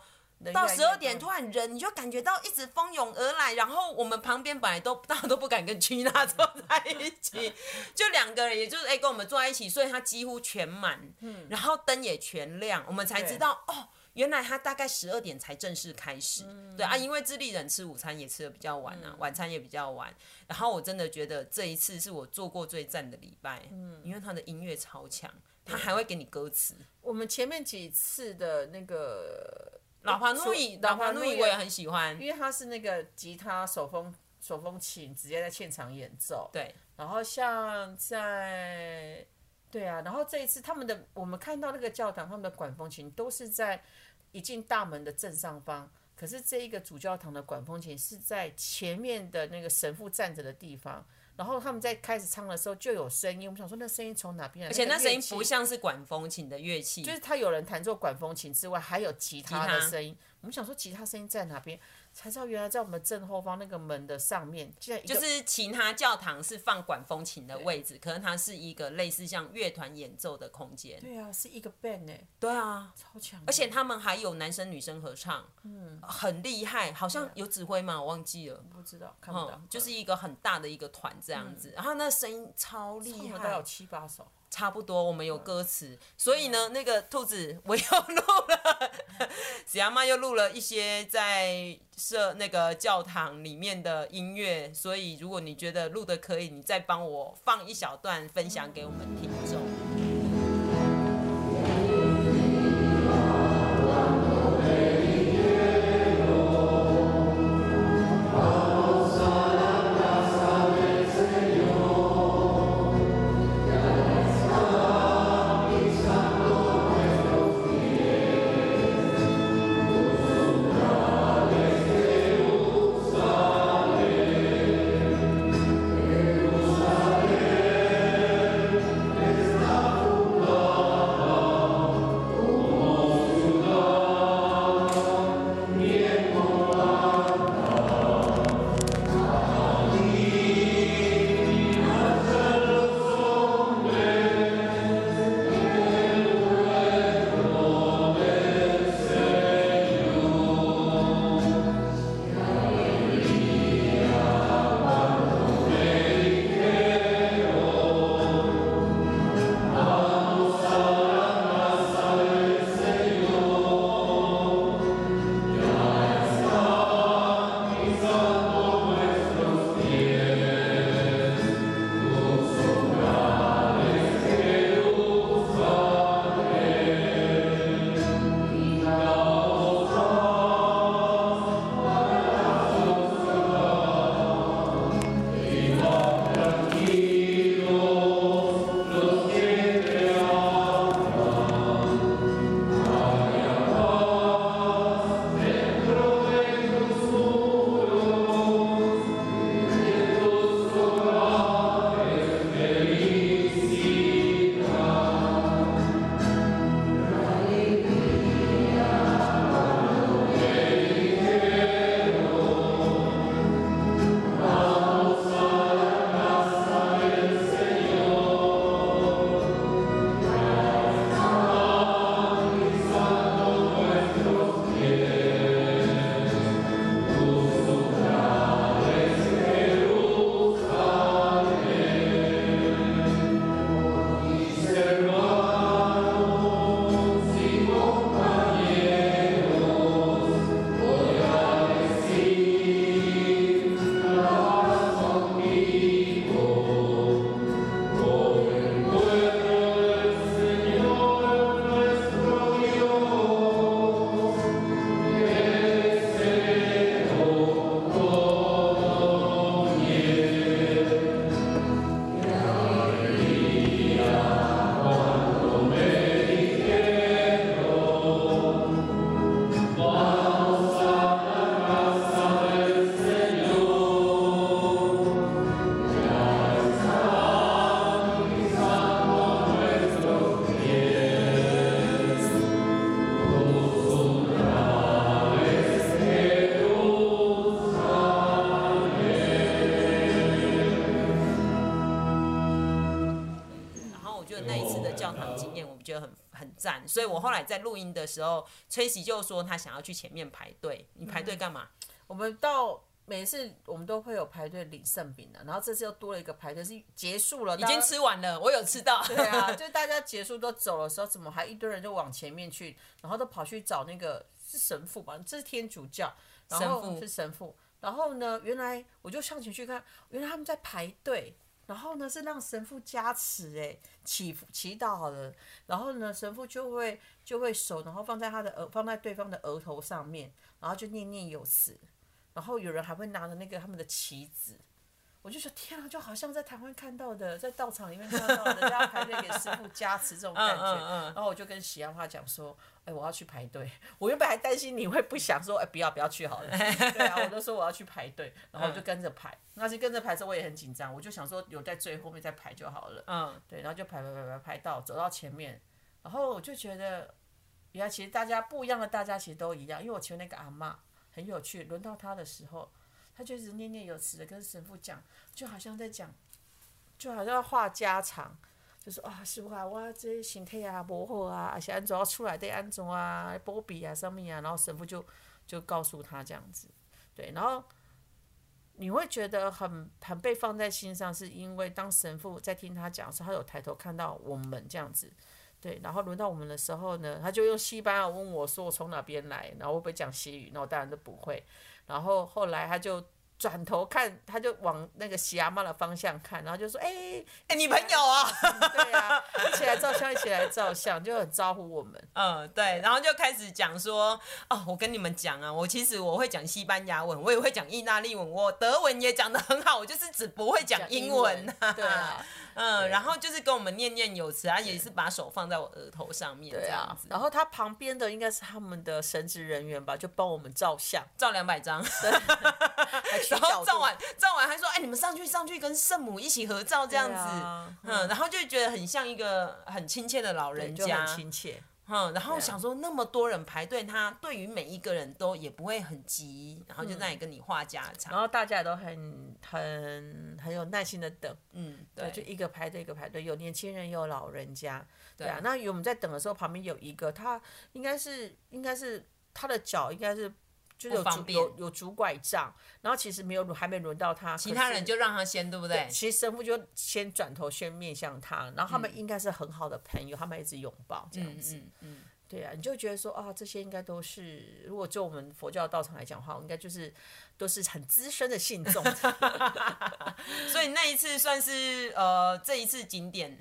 Speaker 1: 到十二点，突然人你就感觉到一直蜂拥而来，然后我们旁边本来都大家都不敢跟 屈娜坐在一起，就两个人，也就是哎、跟我们坐在一起，所以他几乎全满，嗯，然后灯也全亮，我们才知道哦，原来他大概十二点才正式开始，对啊，因为智利人吃午餐也吃的比较晚啊，晚餐也比较晚，然后我真的觉得这一次是我做过最赞的礼拜，嗯，因为他的音乐超强，他还会给你歌词，
Speaker 2: 我们前面几次的那个，
Speaker 1: 老华诺伊，
Speaker 2: 除
Speaker 1: 老华诺伊
Speaker 2: 老华诺伊
Speaker 1: 我也很喜欢，
Speaker 2: 因为他是那个吉他手风手风琴直接在现场演奏。
Speaker 1: 对，
Speaker 2: 然后像在对啊，然后这一次他们的我们看到那个教堂，他们的管风琴都是在一进大门的正上方，可是这一个主教堂的管风琴是在前面的那个神父站着的地方。然后他们在开始唱的时候就有声音，我们想说那声音从哪边来？
Speaker 1: 而且
Speaker 2: 那
Speaker 1: 那
Speaker 2: 个
Speaker 1: 声音
Speaker 2: 乐器
Speaker 1: 不像是管风琴的乐器，
Speaker 2: 就是他有人弹奏管风琴之外，还有吉他的
Speaker 1: 吉他
Speaker 2: 声音。我们想说吉他声音在哪边，才知道原来在我们正后方那个门的上面，竟然一个
Speaker 1: 就是其他教堂是放管风琴的位置，可是它是一个类似像乐团演奏的空间。
Speaker 2: 对啊，是一个 band 哎、
Speaker 1: 对啊，
Speaker 2: 超强的，哦
Speaker 1: 而且他们还有男生女生合唱，嗯，很厉害，好像有指挥吗？我忘记了。
Speaker 2: 不知道看不到，
Speaker 1: 嗯就是一个很大的一个团这样子，然后那声音超厉
Speaker 2: 我嗯们
Speaker 1: 害，
Speaker 2: 大概有七八首，
Speaker 1: 差不多，我们有歌词，所以呢，那个兔子 我又录了，
Speaker 2: 啊
Speaker 1: 子牙妈又录了一些在社那个教堂里面的音乐，所以如果你觉得录的可以，你再帮我放一小段分享给我们听众。然后我觉得那一次的教堂经验，我觉得很很赞，所以我后来在录音的时候，崔喜就说他想要去前面排队，你排队干嘛？
Speaker 2: 我们到。每次我们都会有排队领圣饼啊的，然后这次又多了一个排队，是结束了，已
Speaker 1: 已经吃完了，我有吃到。
Speaker 2: 啊对啊，就大家结束都走的时候，怎么还一堆人就往前面去，然后都跑去找那个是神父吧？这是天主教，然后
Speaker 1: 神父
Speaker 2: 是神父。然后呢，原来我就上前去看，原来他们在排队。然后呢，是让神父加持，哎，祈福祈祷好了。然后呢，神父就会就会手，然后放在他的额，放在对方的额头上面，然后就念念有词。然后有人还会拿着那个他们的旗子，我就说天啊，就好像在台湾看到的，在道场里面看到的，大家排队给师傅加持这种感觉。
Speaker 1: 嗯嗯嗯
Speaker 2: 然后我就跟喜安话讲说，哎、我要去排队。我原本还担心你会不想说，哎、不要不要去好 了。对啊，我就说我要去排队，
Speaker 1: 嗯
Speaker 2: 然后我就跟着排。那是跟着排的时候我也很紧张，我就想说有在最后面再排就好了。
Speaker 1: 嗯，
Speaker 2: 对，然后就排排排排排到走到前面，然后我就觉得，原来其实大家不一样的，大家其实都一样。因为我前面那个阿嬷很有趣，轮到她的时候，她就一直念念有词的跟神父讲，就好像在讲，就好像要话家常，就说啊，师傅啊，我这身体啊不好啊，啊是安怎我出来得安怎啊，波比啊什么啊，然后神父就就告诉他这样子，对，然后。你会觉得很很被放在心上，是因为当神父在听他讲的时候，他有抬头看到我们这样子，对，然后轮到我们的时候呢，他就用西班牙文问我说我从哪边来，然后我会不会讲西语，那我当然都不会，然后后来他就转头看，他就往那个喜阿妈的方向看，然后就说，哎、
Speaker 1: 哎、你朋友啊，
Speaker 2: 对啊，一起来照相，一起来照相，就很招呼我们，
Speaker 1: 嗯，对，然后就开始讲说，哦，我跟你们讲啊，我其实我会讲西班牙文，我也会讲意大利文，我德文也讲得很好，我就是只不会讲英文啊。
Speaker 2: 对啊。
Speaker 1: 嗯，然后就是跟我们念念有词，他也是把手放在我额头上面这
Speaker 2: 对
Speaker 1: 样
Speaker 2: 啊
Speaker 1: 子，，
Speaker 2: 然后他旁边的应该是他们的神职人员吧，就帮我们照相，
Speaker 1: 照两百张，
Speaker 2: 还取
Speaker 1: 然后
Speaker 2: 角
Speaker 1: 照
Speaker 2: 度
Speaker 1: 完照完还说，哎、你们上去上去跟圣母一起合照这样子，
Speaker 2: 对啊
Speaker 1: 嗯，然后就觉得很像一个很亲切的老人
Speaker 2: 就
Speaker 1: 家
Speaker 2: 很，亲切。
Speaker 1: 嗯，然
Speaker 2: 啊
Speaker 1: 后想说那么多人排队，他对于每一个人都也不会很急，然后就在那里跟你话家常，
Speaker 2: 嗯然后大家也都很很很有耐心的等，
Speaker 1: 嗯，
Speaker 2: 对，
Speaker 1: 对，
Speaker 2: 就一个排队一个排队，有年轻人，也有老人家，对啊。那我们在等的时候，旁边有一个，他应该是应该是他的脚应该是就是有
Speaker 1: 不方
Speaker 2: 拄
Speaker 1: 便
Speaker 2: 有有拄拐杖，然后其实没有还没轮到他，
Speaker 1: 其
Speaker 2: 其
Speaker 1: 他人就让他先，对不对？
Speaker 2: 其实神父就先转头先面向他，然后他们应该是很好的朋友，他们一直拥抱这样
Speaker 1: 嗯
Speaker 2: 子。
Speaker 1: 嗯嗯，
Speaker 2: 对啊，你就觉得说啊，这些应该都是，如果就我们佛教道场来讲的话，应该就是都是很资深的信众，
Speaker 1: 所以那一次算是呃，这一次景点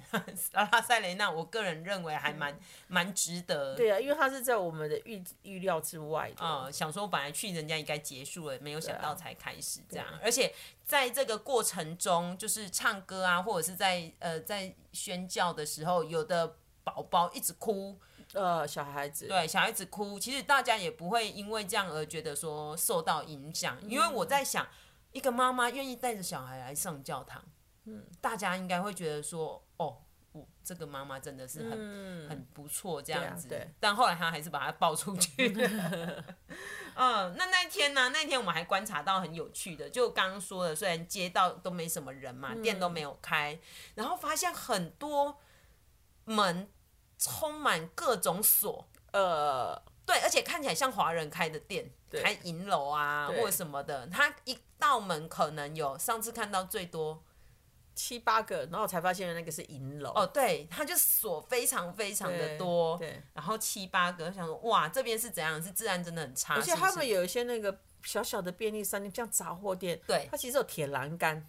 Speaker 1: 拉拉塞雷纳，我个人认为还蛮蛮值得。
Speaker 2: 嗯对啊，因为它是在我们的预预料之外的。
Speaker 1: 呃，想说本来去人家应该结束了，没有想到才开始这样。
Speaker 2: 啊对啊
Speaker 1: 而且在这个过程中，就是唱歌啊，或者是在呃在宣教的时候，有的宝宝一直哭，
Speaker 2: 呃，小孩子，
Speaker 1: 对，小孩子哭，其实大家也不会因为这样而觉得说受到影响，因为我
Speaker 2: 嗯
Speaker 1: 在想，一个妈妈愿意带着小孩来上教堂，嗯，大家应该会觉得说，哦。我这个妈妈真的是很、很不错，这样子。
Speaker 2: 嗯对啊对
Speaker 1: 但后来她还是把她抱出去。 嗯，那那一天呢、那一天我们还观察到很有趣的，就刚刚说的，虽然街道都没什么人嘛，店
Speaker 2: 嗯
Speaker 1: 都没有开，然后发现很多门充满各种锁，
Speaker 2: 呃，
Speaker 1: 对，而且看起来像华人开的店，
Speaker 2: 对
Speaker 1: 开银楼啊
Speaker 2: 对
Speaker 1: 或者什么的，它一道门可能有上次看到最多
Speaker 2: 七八个，然后我才发现那个是银楼，
Speaker 1: 哦，对，它就锁非常非常
Speaker 2: 对，
Speaker 1: 的多，
Speaker 2: 对，
Speaker 1: 然后七八个，我想说哇，这边是怎样？是治安真的很差，
Speaker 2: 而且他们
Speaker 1: 也
Speaker 2: 有一些那个小小的便利商店，像杂货店，
Speaker 1: 对
Speaker 2: 它其实有铁栏杆，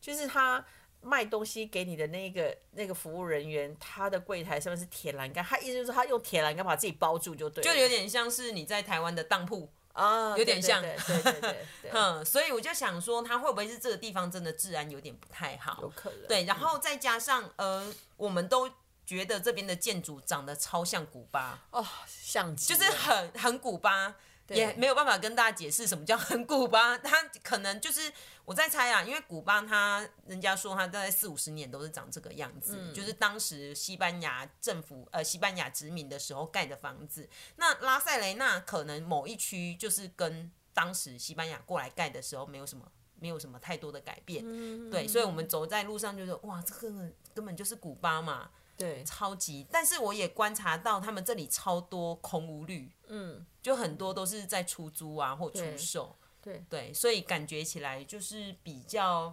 Speaker 2: 就是它。卖东西给你的那个那个服务人员，他的柜台上面是铁栏杆，他意思就是他用铁栏杆把自己包住就对了，
Speaker 1: 就有点像是你在台湾的当铺。
Speaker 2: 啊，有
Speaker 1: 点像
Speaker 2: 对对对 对对，对
Speaker 1: 嗯，所以我就想说，它会不会是这个地方真的治安有点不太好？
Speaker 2: 有可能，
Speaker 1: 对，然后再加上呃，我们都觉得这边的建筑长得超像古巴，
Speaker 2: 哦，像极
Speaker 1: 就是
Speaker 2: 了
Speaker 1: 很 很古巴，也没有办法跟大家解释什么叫 很古巴。它可能就是我在猜啊，因为古巴它人家说它大概四五十年都是长这个样子，就是当时西班牙政府呃西班牙殖民的时候盖的房子。那拉塞雷纳可能某一区就是跟当时西班牙过来盖的时候没有什么。没有什么太多的改变，对，所以我们走在路上就说，哇，这个根本就是古巴嘛，
Speaker 2: 对，
Speaker 1: 超级，但是我也观察到他们这里超多空屋率，
Speaker 2: 嗯，
Speaker 1: 就很多都是在出租啊或出售，
Speaker 2: 对
Speaker 1: 对，所以感觉起来就是比较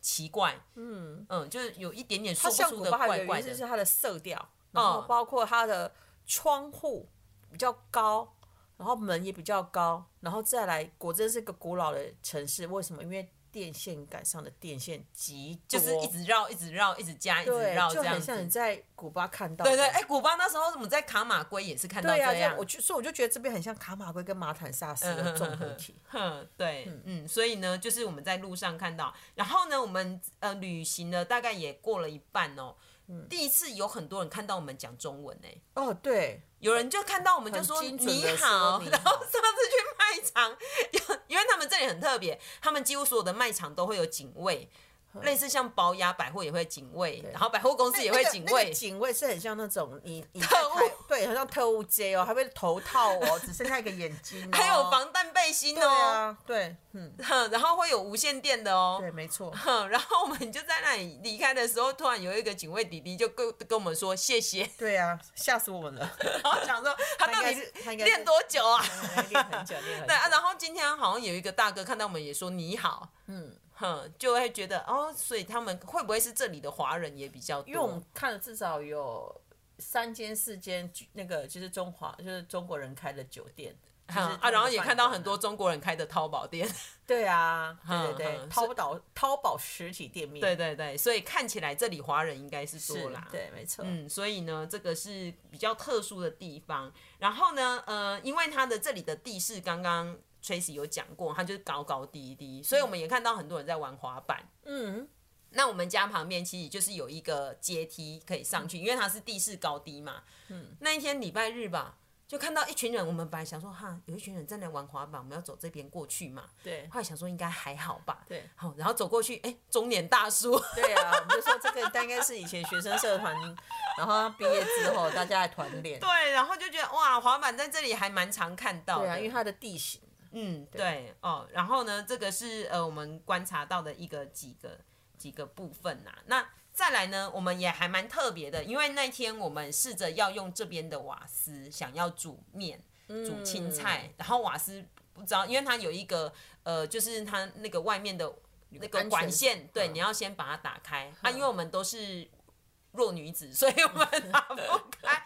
Speaker 1: 奇怪，嗯嗯，就是有一点点说
Speaker 2: 它
Speaker 1: 不
Speaker 2: 像
Speaker 1: 出
Speaker 2: 古
Speaker 1: 的
Speaker 2: 巴
Speaker 1: 怪
Speaker 2: 有
Speaker 1: 怪
Speaker 2: 意思是
Speaker 1: 的，嗯
Speaker 2: 它的色调，然后包括它的窗户比较高，然后门也比较高，然后再来，果真是个古老的城市。为什么？因为电线杆上的电线极
Speaker 1: 就
Speaker 2: 多，
Speaker 1: 是一直绕，一直绕，一直加，一直
Speaker 2: 对，
Speaker 1: 绕
Speaker 2: 就
Speaker 1: 这样
Speaker 2: 很像你
Speaker 1: 子。
Speaker 2: 在古巴看到的，
Speaker 1: 对对，哎、古巴那时候我们在卡马圭也是看到
Speaker 2: 对呀、
Speaker 1: 这
Speaker 2: 这
Speaker 1: 样嗯
Speaker 2: 样，我就所以我就觉得这边很像卡马圭跟马坦萨斯的综合 体。
Speaker 1: 哼，对，嗯，所以呢，就是我们在路上看到，然后呢，我们呃旅行了大概也过了一半哦。第一次有很多人看到我们讲中文呢、
Speaker 2: 嗯
Speaker 1: 欸
Speaker 2: 哦，对，
Speaker 1: 有人就看到我们就说
Speaker 2: 很精准
Speaker 1: 你
Speaker 2: 地说哦
Speaker 1: 好，
Speaker 2: 你好
Speaker 1: 然后上次去卖场， 有因为他们这里很特别，他们几乎所有的卖场都会有警卫，
Speaker 2: 嗯
Speaker 1: 类似像宝雅百货也会警卫，然后百货公司也会警
Speaker 2: 那个那
Speaker 1: 卫
Speaker 2: 个，警卫是很像那种你 你在
Speaker 1: 特务
Speaker 2: 台对，很像特务街哦，还会头套哦， 只剩下一个眼睛、哦，
Speaker 1: 还有防弹背心
Speaker 2: 对
Speaker 1: 哦，
Speaker 2: 啊，对，嗯，
Speaker 1: 哼 然后会有无线电的哦，
Speaker 2: 对，没错，
Speaker 1: 哼， 然后我们就在那里离开的时候，突然有一个警卫弟弟就跟跟我们说谢谢，
Speaker 2: 对啊，吓死我们 了。
Speaker 1: 然后想说他到底 是
Speaker 2: 他应该是嗯
Speaker 1: 练多久啊？
Speaker 2: 他应该练很久，练很久。
Speaker 1: 对啊，然后今天好像有一个大哥看到我们也说你好，嗯，哼，就会觉得哦，所以他们会不会是这里的华人也比较多？
Speaker 2: 因为我们看了至少有三间四间，那个就是中华就是中国人开的酒店，就是
Speaker 1: 嗯啊，然后也看到很多中国人开的淘宝店，
Speaker 2: 对啊，对
Speaker 1: 嗯
Speaker 2: 对对，
Speaker 1: 嗯
Speaker 2: 淘宝淘宝实体店面，
Speaker 1: 对对对，所以看起来这里华人应该是多
Speaker 2: 是
Speaker 1: 啦，
Speaker 2: 对，没错，
Speaker 1: 嗯，所以呢，这个是比较特殊的地方。然后呢，呃，因为它的这里的地势，刚刚 Tracy 有讲过，它就是高高低低，所以我们也看到很多人在玩滑板。
Speaker 2: 嗯，
Speaker 1: 那我们家旁边其实就是有一个阶梯可以上
Speaker 2: 嗯
Speaker 1: 去，因为它是地势高低嘛。嗯，那一天礼拜日吧，就看到一群人，我们本来想说哈，有一群人正在玩滑板，我们要走这边过去嘛。
Speaker 2: 对
Speaker 1: 后来想说应该还好吧。
Speaker 2: 对
Speaker 1: 好，然后走过去，哎、中年大叔。
Speaker 2: 对啊，我们就说这个大概是以前学生社团，然后他毕业之后大家还团练，
Speaker 1: 对，啊 然后就觉得哇，滑板在这里还蛮常看到的。
Speaker 2: 对啊，因为它的地形，
Speaker 1: 嗯，对哦，然后呢，这个是呃我们观察到的一个几个几个部分呐、那再来呢，我们也还蛮特别的，因为那天我们试着要用这边的瓦斯，想要煮面、煮青菜，然后瓦斯不知道，因为它有一个呃，就是它那个外面的那个
Speaker 2: 安
Speaker 1: 管
Speaker 2: 全
Speaker 1: 线，对，
Speaker 2: 嗯
Speaker 1: 你要先把它打开、啊，因为我们都是弱女子，所以我 们打不开，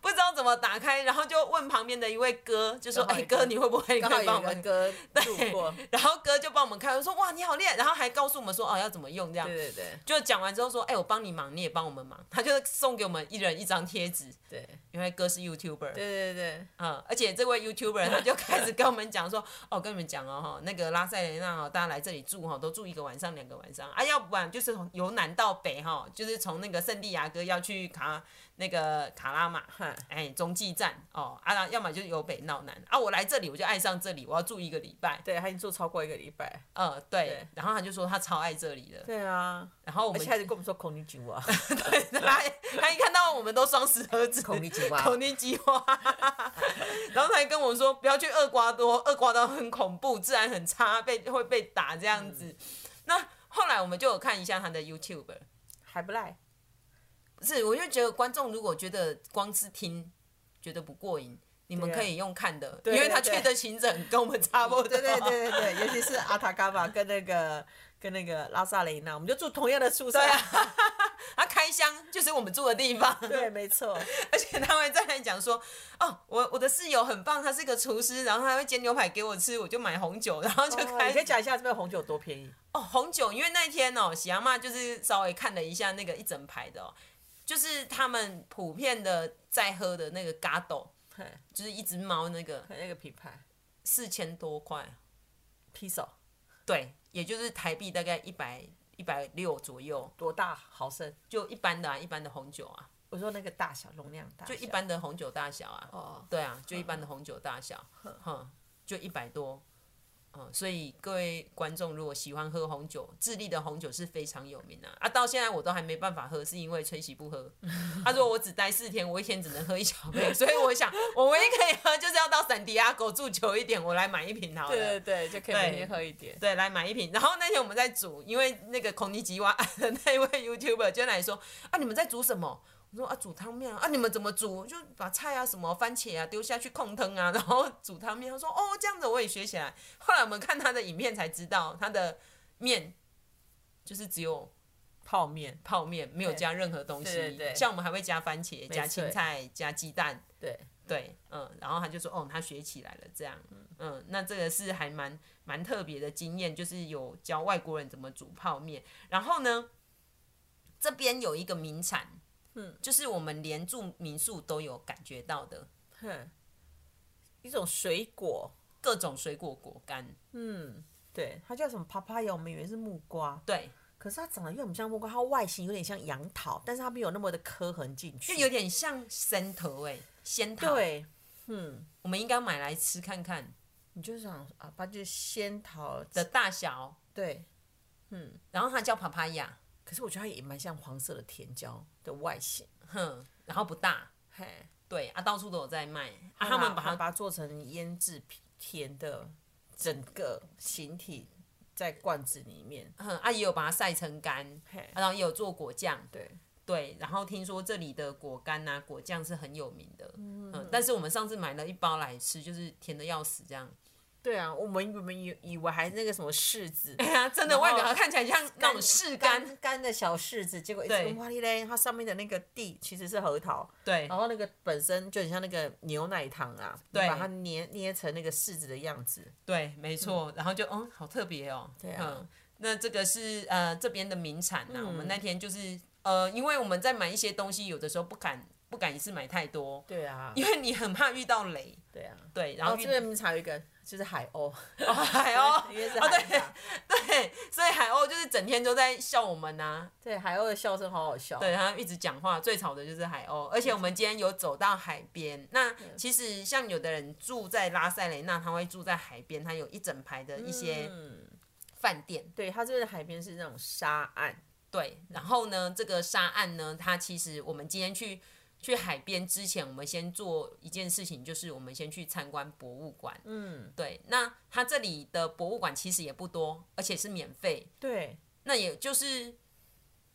Speaker 1: 不知道怎么打开，然后就问旁边的一位哥，就说：“哎、
Speaker 2: 刚好有一个
Speaker 1: 哥，你会不会
Speaker 2: 刚
Speaker 1: 可
Speaker 2: 好
Speaker 1: 以帮
Speaker 2: 有
Speaker 1: 我
Speaker 2: 一个
Speaker 1: 们？”
Speaker 2: 哥路 过，
Speaker 1: 然后哥就帮我们开，我说：“哇，你好厉害！”然后还告诉我们说：“哦，要怎么用这样
Speaker 2: 对。对对”
Speaker 1: 就讲完之后说：“哎、我帮你忙，你也帮我们忙。”他就送给我们一人一张贴纸，
Speaker 2: 对
Speaker 1: 因为哥是 YouTuber，
Speaker 2: 对对对，
Speaker 1: 嗯，而且这位 YouTuber 他就开始跟我们讲说，哦，跟你们讲哦，哈，那个拉塞雷纳哦，大家来这里住哈，都住一个晚上、两个晚上啊，要不然就是从由南到北哈，就是从那个圣地亚哥要去卡那个卡拉玛，
Speaker 2: 嗨。
Speaker 1: 哎，中继站哦，啊，那要么就是由北闹南啊，我来这里我就爱上这里，我要住一个礼拜，
Speaker 2: 对，他已经做超过一个礼拜。
Speaker 1: 嗯，对，
Speaker 2: 对
Speaker 1: 然后他就说他超爱这里的，
Speaker 2: 对啊，
Speaker 1: 然后我
Speaker 2: 而
Speaker 1: 们
Speaker 2: 且还是跟我们说孔尼吉娃，
Speaker 1: 对，他他一看到我们都双十盒子，
Speaker 2: 孔尼吉 娃，
Speaker 1: 口尼基花，然后他还跟我说不要去厄瓜多，厄瓜多很恐怖，治安很差，被会被打这样子。那后来我们就有看一下他的 YouTube，
Speaker 2: 还不赖。
Speaker 1: 不是，我就觉得观众如果觉得光是听觉得不过瘾，你们
Speaker 2: 对啊
Speaker 1: 可以用看的，
Speaker 2: 对
Speaker 1: 因为他
Speaker 2: 对
Speaker 1: 去的行程跟我们 差不多。
Speaker 2: 对对对对对，尤其是阿塔嘎巴跟那个跟那个拉萨雷纳，我们就住同样的宿舍。
Speaker 1: 对啊，他开箱就是我们住的地 方，
Speaker 2: 对，没错，
Speaker 1: 而且他会再来讲说，哦，我我的室友很棒，他是个厨师，然后他会煎牛排给我吃，我就买红酒，然后就
Speaker 2: 哦
Speaker 1: 开
Speaker 2: 你
Speaker 1: 始
Speaker 2: 可以讲一下这边红酒多便宜？
Speaker 1: 哦，红酒，因为那一天哦，喜阿妈就是稍微看了一下那个一整排的哦，就是他们普遍的在喝的那个嘎斗，
Speaker 2: 嘿
Speaker 1: 就是一只猫那个
Speaker 2: 那个品牌
Speaker 1: 四千多块，
Speaker 2: p i s o
Speaker 1: 对，也就是台币大概一百一百六左右，
Speaker 2: 多大毫升？
Speaker 1: 就一般的啊，一般的红酒啊，
Speaker 2: 我说那个大小容量大小，
Speaker 1: 就一般的红酒大小啊，
Speaker 2: 哦。
Speaker 1: 对啊，就一般的红酒大小，
Speaker 2: 嗯
Speaker 1: 哼，就一百多。嗯，所以各位观众如果喜欢喝红酒，智利的红酒是非常有名的啊。到现在我都还没办法喝，是因为吹喜不 喝。他说我只待四天，我一天只能喝一小杯，所以我想我唯一可以喝就是要到圣地亚哥住久一点，我来买一瓶好了。
Speaker 2: 对对对，就可以
Speaker 1: 对
Speaker 2: 每天喝一点。
Speaker 1: 对，来买一瓶。然后那天我们在煮，因为那个孔尼吉瓦的那一位 YouTuber 就来说啊，你们在煮什么？我说啊，煮汤面啊啊，你们怎么煮？就把菜啊、什么番茄啊丢下去控汤啊，然后煮汤面。他说哦，这样子我也学起来。后来我们看他的影片才知道，他的面就是只有
Speaker 2: 泡面，
Speaker 1: 泡面，没有加任何东西。
Speaker 2: 对对对
Speaker 1: 像我们还会加番茄、
Speaker 2: 错
Speaker 1: 加青菜、加鸡蛋。
Speaker 2: 对
Speaker 1: 对，嗯，然后他就说，哦，他学起来了，这样，嗯，那这个是还蛮蛮特别的经验，就是有教外国人怎么煮泡面。然后呢，这边有一个名产，嗯，就是我们连住民宿都有感觉到的
Speaker 2: 哼，一种水果，嗯
Speaker 1: 各种水果果干，
Speaker 2: 对，它叫什么 papaya？我们以为是木瓜，
Speaker 1: 对，
Speaker 2: 可是它长得又很像木瓜，它外形有点像杨桃，但是它没有那么的磕痕进去，
Speaker 1: 就有点像仙桃哎，仙桃，
Speaker 2: 对，嗯
Speaker 1: 我们应该买来吃看看
Speaker 2: 你就想啊，它就是仙桃
Speaker 1: 的
Speaker 2: 的，
Speaker 1: 大小。
Speaker 2: 对，
Speaker 1: 然后它叫帕帕亚，
Speaker 2: 可是我觉得它也蛮像黄色的甜椒的外形，
Speaker 1: 哼，然后不大，
Speaker 2: 嘿，
Speaker 1: 对啊，到处都有在卖，啊、他们把它
Speaker 2: 把它做成腌制品甜的整个形体在罐子里面，
Speaker 1: 嗯，啊也有把它晒成干，
Speaker 2: 嘿
Speaker 1: 啊然后也有做果酱，
Speaker 2: 对，
Speaker 1: 对，然后听说这里的果干呐、果酱是很有名的，嗯，但是我们上次买了一包来吃，就是甜的要死这样，
Speaker 2: 对啊，我们我们以以为还那个什么柿 子。
Speaker 1: 哎呀， 真的
Speaker 2: 然后
Speaker 1: 外表看起来像那种柿干，
Speaker 2: 干干的小柿子，结果一
Speaker 1: 对
Speaker 2: 直哇哩嘞，它上面的那个蒂其实是核桃，
Speaker 1: 对
Speaker 2: 然后那个本身就很像那个牛奶糖啊，你
Speaker 1: 对
Speaker 2: 把它捏捏成那个柿子的样子，
Speaker 1: 对，没错，然后就嗯，好特别哦，
Speaker 2: 对啊
Speaker 1: 嗯，那这个是呃这边的名产呐、我们那天就是呃，因为我们在买一些东西，有的时候不敢不敢一次买太多，
Speaker 2: 对啊，
Speaker 1: 因为你很怕遇到雷，
Speaker 2: 对啊，
Speaker 1: 对，哦然
Speaker 2: 然
Speaker 1: 后
Speaker 2: 后
Speaker 1: 遇
Speaker 2: 这 边还有一个就是海鸥，
Speaker 1: 哦海鸥，
Speaker 2: 因为是
Speaker 1: 哦
Speaker 2: 海
Speaker 1: 对
Speaker 2: 獭
Speaker 1: 对，所以海鸥就是整天都在笑我们啊呐、
Speaker 2: 对，海鸥的笑声好好笑。哦
Speaker 1: 对，他一直讲话，最吵的就是海鸥。而且我们今天有走到海边，那其实像有的人住在拉塞雷纳，他会住在海边，他有一整排的一些
Speaker 2: 嗯
Speaker 1: 饭店。
Speaker 2: 对，它这边的海边是那种沙岸，
Speaker 1: 对，然后呢，这个沙岸呢，它其实我们今天去去海边之前，我们先做一件事情，就是我们先去参观博物馆。
Speaker 2: 嗯，
Speaker 1: 对，那它这里的博物馆其实也不多，而且是免费。
Speaker 2: 对，
Speaker 1: 那也就是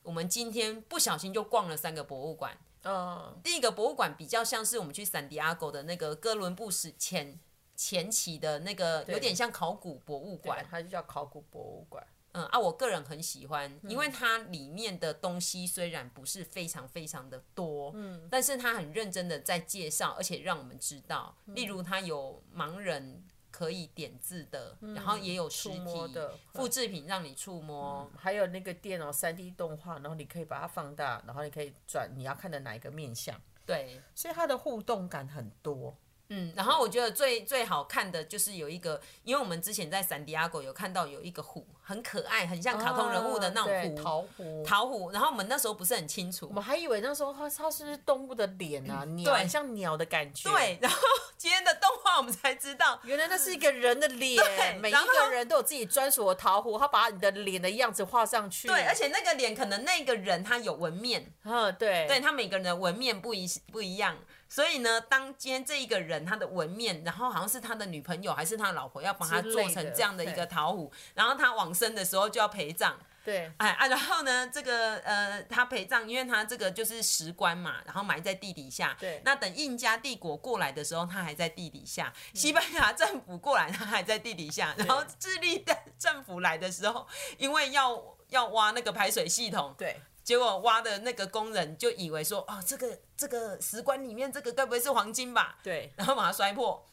Speaker 1: 我们今天不小心就逛了三个博物馆。
Speaker 2: 呃，
Speaker 1: 第一个博物馆比较像是我们去圣地亚哥的那个哥伦布史前前期的那个，有点像考古博物
Speaker 2: 馆
Speaker 1: 馆。
Speaker 2: 它就叫考古博物馆，
Speaker 1: 嗯啊，我个人很喜欢，
Speaker 2: 嗯
Speaker 1: 因为它里面的东西虽然不是非常非常的多，嗯，但是它很认真的在介绍，而且让我们知道，
Speaker 2: 嗯
Speaker 1: 例如它有盲人可以点字的，然后也有实
Speaker 2: 嗯触摸
Speaker 1: 体
Speaker 2: 的嗯
Speaker 1: 复制品让你触摸，
Speaker 2: 还有那个电脑三 D 动画，然后你可以把它放大，然后你可以转你要看的哪一个面相，
Speaker 1: 对，
Speaker 2: 所以它的互动感很多。
Speaker 1: 嗯，然后我觉得最最好看的就是有一个，因为我们之前在圣地亚哥有看到有一个虎，很可爱，很像卡通人物的那
Speaker 2: 啊
Speaker 1: 种
Speaker 2: 对
Speaker 1: 虎，
Speaker 2: 桃湖。
Speaker 1: 桃虎。然后我们那时候不是很清楚
Speaker 2: 我，们还以为那时候它它是不是动物的脸啊，鸟
Speaker 1: 对
Speaker 2: 很像鸟的感觉。，
Speaker 1: 对，然后今天的动画我们才知道，
Speaker 2: 原来那是一个人的
Speaker 1: 对
Speaker 2: 脸，每一
Speaker 1: 然后
Speaker 2: 个人都有自己专属的桃湖，他把你的脸的样子画上去。
Speaker 1: 对，而且那个脸可能那个人他有纹面，
Speaker 2: 嗯，对，
Speaker 1: 对他每个人的纹面不一不一样，所以呢，当今天这一个人他的纹面，然后好像是他的女朋友还是他的老婆要帮他
Speaker 2: 之
Speaker 1: 做
Speaker 2: 类
Speaker 1: 成
Speaker 2: 的
Speaker 1: 这样的一
Speaker 2: 对
Speaker 1: 个桃虎，然后他往生的时候就要陪葬。
Speaker 2: 对，
Speaker 1: 哎 啊，然后呢，这个呃，他陪葬，因为他这个就是石棺嘛，然后埋在地底下。
Speaker 2: 对
Speaker 1: 那等印加帝国过来的时候，他还在地底下；
Speaker 2: 嗯
Speaker 1: 西班牙政府过来，他还在地底下。然后智利的政府来的时候，因为要要挖那个排水系统，
Speaker 2: 对，
Speaker 1: 结果挖的那个工人就以为说，哦，这个这个石棺里面这个该不会是黄金吧？
Speaker 2: 对，
Speaker 1: 然后把它摔破。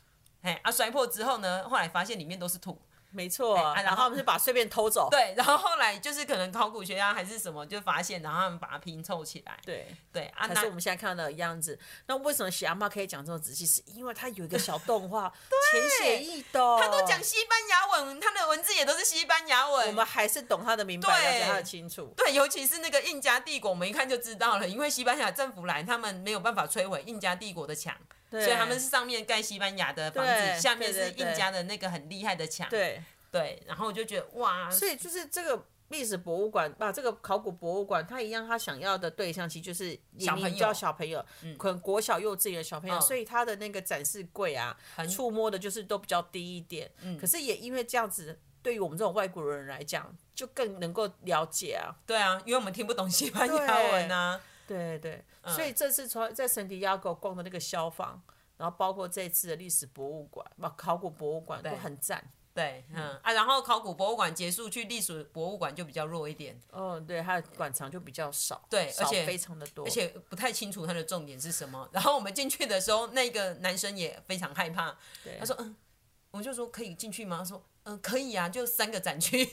Speaker 1: 哎啊，摔破之后呢，后来发现里面都是土。
Speaker 2: 没错。啊然后他们是把碎片偷走。
Speaker 1: 对，然后后来就是可能考古学家还是什么就发现，然后他们把它拼凑起来。
Speaker 2: 对，
Speaker 1: 对啊，
Speaker 2: 还是我
Speaker 1: 那
Speaker 2: 们现在看到的样子。那为什么喜阿妈可以讲这么仔细？是因为她有一个小 动画，浅显易懂。
Speaker 1: 他都讲西班牙文，他的文字也都是西班牙
Speaker 2: 我
Speaker 1: 文。
Speaker 2: 们还是懂她的明白，
Speaker 1: 对
Speaker 2: 了解她的清楚。
Speaker 1: 对，尤其是那个印加帝国，我们一看就知道了，因为西班牙政府来，他们没有办法摧毁印加帝国的墙，所以他们是上面盖西班牙的房子，
Speaker 2: 对
Speaker 1: 下面是
Speaker 2: 对对对
Speaker 1: 印加的那个很厉害的墙。
Speaker 2: 对，
Speaker 1: 对然后我就觉得哇，
Speaker 2: 所以就是这个历史博物馆，啊把、这个考古博物馆，它一样，它想要的对象其实就是
Speaker 1: 小朋友
Speaker 2: 明教小朋友，可能国小、幼稚园小朋友，
Speaker 1: 嗯
Speaker 2: 所以它的那个展示柜啊，触摸的就是都比较低一点。
Speaker 1: 嗯
Speaker 2: 可是也因为这样子，对于我们这种外国人来讲，就更能够了解啊。
Speaker 1: 对啊，因为我们听不懂西班牙文啊。
Speaker 2: 对对，
Speaker 1: 嗯
Speaker 2: 所以这次从在圣地亚哥逛啊的那个消防，然后包括这次的历史博物馆、不考古博物馆都很赞。
Speaker 1: 对，嗯啊，然后考古博物馆结束去历史博物馆就比较弱一点，
Speaker 2: 哦，对，它的馆藏就比较少，
Speaker 1: 对
Speaker 2: 少
Speaker 1: 而且
Speaker 2: 非常的多，
Speaker 1: 而且不太清楚它的重点是什么。然后我们进去的时候，那个男生也非常害怕，
Speaker 2: 对
Speaker 1: 他说嗯，我就说可以进去吗？他说嗯可以啊，就三个展区，，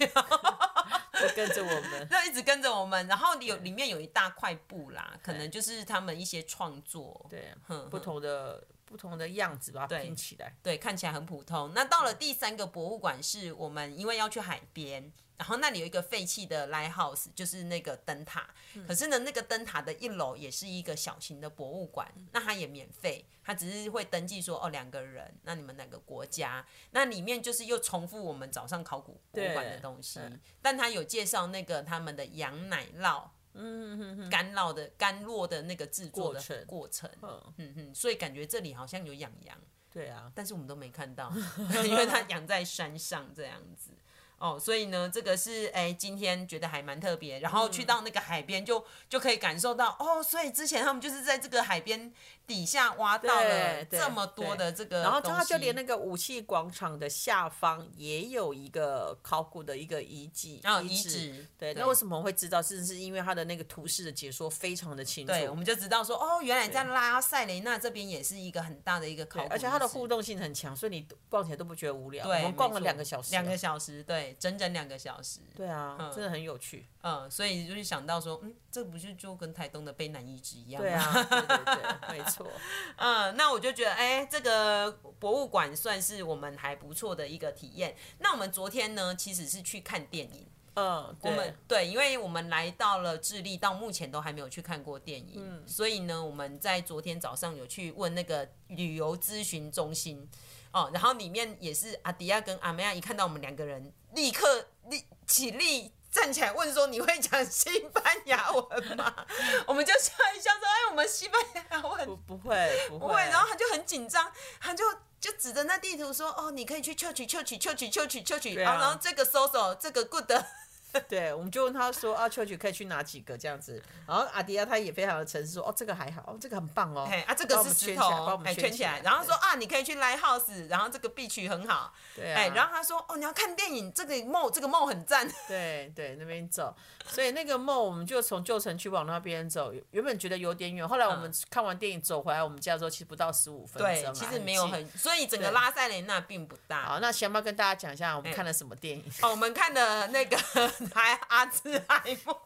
Speaker 2: 就跟着我们
Speaker 1: 就一直跟着我们。然后有里面有一大块布啦，可能就是他们一些创作，
Speaker 2: 对
Speaker 1: 嗯哼，
Speaker 2: 不同的不同的样子把它
Speaker 1: 对
Speaker 2: 拼起来，
Speaker 1: 对，看起来很普通。那到了第三个博物馆，是我们因为要去海边，然后那里有一个废弃的 lighthouse，就是那个灯塔。可是呢，那个灯塔的一楼也是一个小型的博物馆，那它也免费，它只是会登记说哦两个人，那你们哪个国家？那里面就是又重复我们早上考古博物馆的
Speaker 2: 对
Speaker 1: 东西
Speaker 2: 嗯，
Speaker 1: 但它有介绍那个他们的羊奶酪。嗯，干酪的干酪的那个制作的
Speaker 2: 过程
Speaker 1: 过程，
Speaker 2: 嗯，
Speaker 1: 嗯哼，所以感觉这里好像有养羊，
Speaker 2: 对啊，
Speaker 1: 但是我们都没看到， 因为它养在山上这样子。哦，所以呢，这个是哎、今天觉得还蛮特别，然后去到那个海边就、就可以感受到哦，所以之前他们就是在这个海边底下挖到了
Speaker 2: 对对
Speaker 1: 这么多的这个东西，
Speaker 2: 然后它就连那个武器广场的下方也有一个考古的一个遗迹，
Speaker 1: 然后哦
Speaker 2: 遗
Speaker 1: 遗址，
Speaker 2: 对，那为什么会知道？是是因为它的那个图示的解说非常的清楚，
Speaker 1: 对，我们就知道说哦，原来在拉塞雷纳这边也是一个很大的一个考古遗址，
Speaker 2: 而且它的互动性很强，所以你逛起来都不觉得无聊。
Speaker 1: 对，
Speaker 2: 我们逛
Speaker 1: 没
Speaker 2: 了
Speaker 1: 错
Speaker 2: 两个小时啊，
Speaker 1: 两个小时，对，整整两个小时，
Speaker 2: 对啊，
Speaker 1: 嗯
Speaker 2: 真的很有趣。
Speaker 1: 嗯，所以就是想到说，嗯，这不是就跟台东的卑南遗址一样吗？
Speaker 2: 对啊，对对对，没 错。
Speaker 1: 嗯，那我就觉得，哎、这个博物馆算是我们还不错的一个体验。那我们昨天呢，其实是去看电影。
Speaker 2: 嗯，
Speaker 1: 我
Speaker 2: 对
Speaker 1: 们，对，因为我们来到了智利，到目前都还没有去看过电影，
Speaker 2: 嗯
Speaker 1: 所以呢，我们在昨天早上有去问那个旅游咨询中心哦，然后里面也是阿迪亚跟阿梅亚一看到我们两个人，立刻立起立。站起来问说：“你会讲西班牙文吗？” 我们就笑一笑说：“哎，我们西班牙文
Speaker 2: 不不会啊不
Speaker 1: 不会，然后他就很紧张，他就就指着那地图说：“哦，你可以去 church church church church church，
Speaker 2: 对啊
Speaker 1: 然后这个 so so，这个 good，
Speaker 2: 对，我们就问他说啊，秋菊可以去哪几个这样子。然后阿迪亚他也非常的诚实说，哦，这个还好，哦这个很棒哦
Speaker 1: 哎。啊，这
Speaker 2: 把
Speaker 1: 个
Speaker 2: 我
Speaker 1: 是
Speaker 2: 们
Speaker 1: 石
Speaker 2: 圈起来把我
Speaker 1: 头，
Speaker 2: 们
Speaker 1: 哎，圈
Speaker 2: 圈
Speaker 1: 起
Speaker 2: 起
Speaker 1: 来
Speaker 2: 来，，
Speaker 1: 然后说啊，你可以去 live house，然后这个 beach 很好，
Speaker 2: 对啊，
Speaker 1: 哎，然后他说哦，你要看电影，这个 mall 这个 mall 很赞，
Speaker 2: 对对，那边走，所以那个梦我们就从旧城区往那边走，原本觉得有点远，后来我们看完电影走回来我们家之后，其实不到十五分钟
Speaker 1: 嗯对
Speaker 2: 啊，，
Speaker 1: 其实没有
Speaker 2: 近
Speaker 1: 很，所以整个
Speaker 2: 对
Speaker 1: 拉塞雷纳并不大。
Speaker 2: 好。那先要跟大家讲一下我们看了什么电影。
Speaker 1: 哦，我们看的那个 还阿兹海默，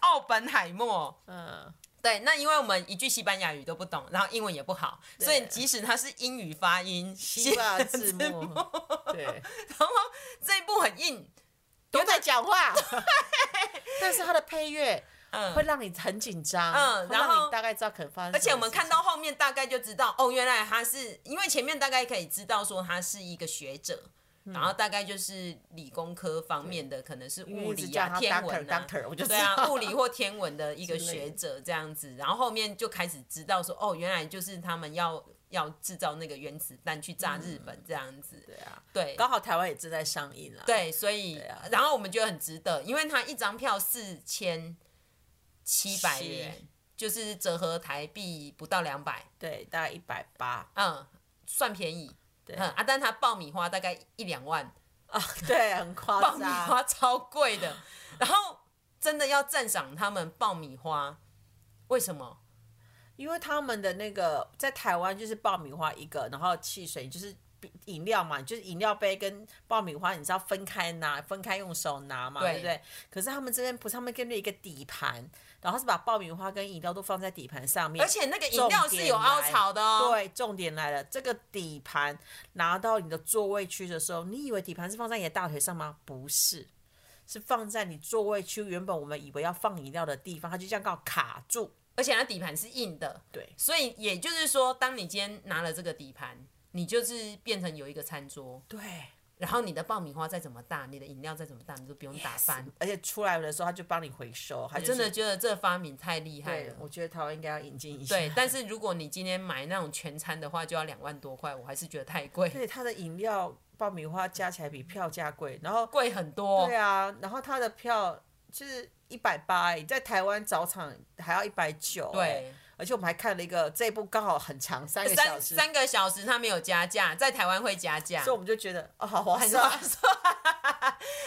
Speaker 1: 奥本海默，
Speaker 2: 嗯，
Speaker 1: 对，那因为我们一句西班牙语都不懂，然后英文也不好，所以即使它是英语发音，
Speaker 2: 西 班牙字
Speaker 1: 然
Speaker 2: 幕，对，
Speaker 1: 后这一部很硬，
Speaker 2: 都在讲话， 但是它的配乐会
Speaker 1: 嗯，
Speaker 2: 让你很紧张，
Speaker 1: 嗯
Speaker 2: 会
Speaker 1: 然
Speaker 2: 让你
Speaker 1: 后
Speaker 2: 大概知道可能发
Speaker 1: 而
Speaker 2: 生什么事情。
Speaker 1: 且我们看到后面大概就知道，哦，原来他是因为前面大概可以知道说他是一个学者，
Speaker 2: 嗯
Speaker 1: 然后大概就是理工科方面的，可能是
Speaker 2: 因为
Speaker 1: 物
Speaker 2: 一直
Speaker 1: 理
Speaker 2: 叫
Speaker 1: 啊、
Speaker 2: 他
Speaker 1: 天文
Speaker 2: doctor
Speaker 1: 啊。
Speaker 2: doctor，我就知
Speaker 1: 对
Speaker 2: 道
Speaker 1: 啊，物理或天文的一个
Speaker 2: 之类的
Speaker 1: 学者这样子，然后后面就开始知道说，哦，原来就是他们要要制造那个原子弹去炸日本这样子，
Speaker 2: 嗯对啊，
Speaker 1: 对，
Speaker 2: 刚好台湾也正在上映啦。
Speaker 1: 对，所以、
Speaker 2: 啊
Speaker 1: 然后我们觉得很值得，因为它一张票四千七百元，就是折合台币不到两百，
Speaker 2: 对，大概一百八
Speaker 1: 嗯，算便宜。
Speaker 2: 对
Speaker 1: 嗯啊，但它爆米花大概一两万，
Speaker 2: 啊，对，很
Speaker 1: 哦爆
Speaker 2: 夸
Speaker 1: 米
Speaker 2: 张。
Speaker 1: 花超贵 的。然后真的要赞赏他们爆米花，为什么？
Speaker 2: 因为他们的那个在台湾就是爆米花一个，然后汽水就是饮料嘛，就是饮料杯跟爆米花，你知道分开拿，分开用手拿嘛，
Speaker 1: 对
Speaker 2: 对不对？可是他们这边不是，他们跟着一个底盘，然后是把爆米花跟饮料都放在底盘上面，
Speaker 1: 而且那个饮料是有凹槽的哦。
Speaker 2: 对，重点来了，这个底盘拿到你的座位区的时候，你以为底盘是放在你的大腿上吗？不是，是放在你座位区原本我们以为要放饮料的地方，它就这样刚好卡住。
Speaker 1: 而且它底盘是硬的，
Speaker 2: 对
Speaker 1: 所以也就是说，当你今天拿了这个底盘，你就是变成有一个餐桌，
Speaker 2: 对，
Speaker 1: 然后你的爆米花再怎么大，你的饮料再怎么大，你都不用打翻。
Speaker 2: 而且出来的时候他就帮你回收，他
Speaker 1: 我
Speaker 2: 就是
Speaker 1: 真的觉得这发明太厉害
Speaker 2: 对
Speaker 1: 了，。
Speaker 2: 我觉得台湾应该要引进一下。
Speaker 1: 对， 但是如果你今天买那种全餐的话，就要两万多块，我还是觉得太贵，
Speaker 2: 对，它的饮料爆米花加起来比票价贵，然后
Speaker 1: 贵很多
Speaker 2: 对。啊，然后它的票就是一百八，在台湾早场还要一百九，欸
Speaker 1: 对，
Speaker 2: 而且我们还看了一个这一部刚好很长，三个小
Speaker 1: 三
Speaker 2: 时，
Speaker 1: 三个小时，它没有加价，在台湾会加价
Speaker 2: 所以。我们就嗯觉得哦，好划
Speaker 1: 是吧
Speaker 2: 算。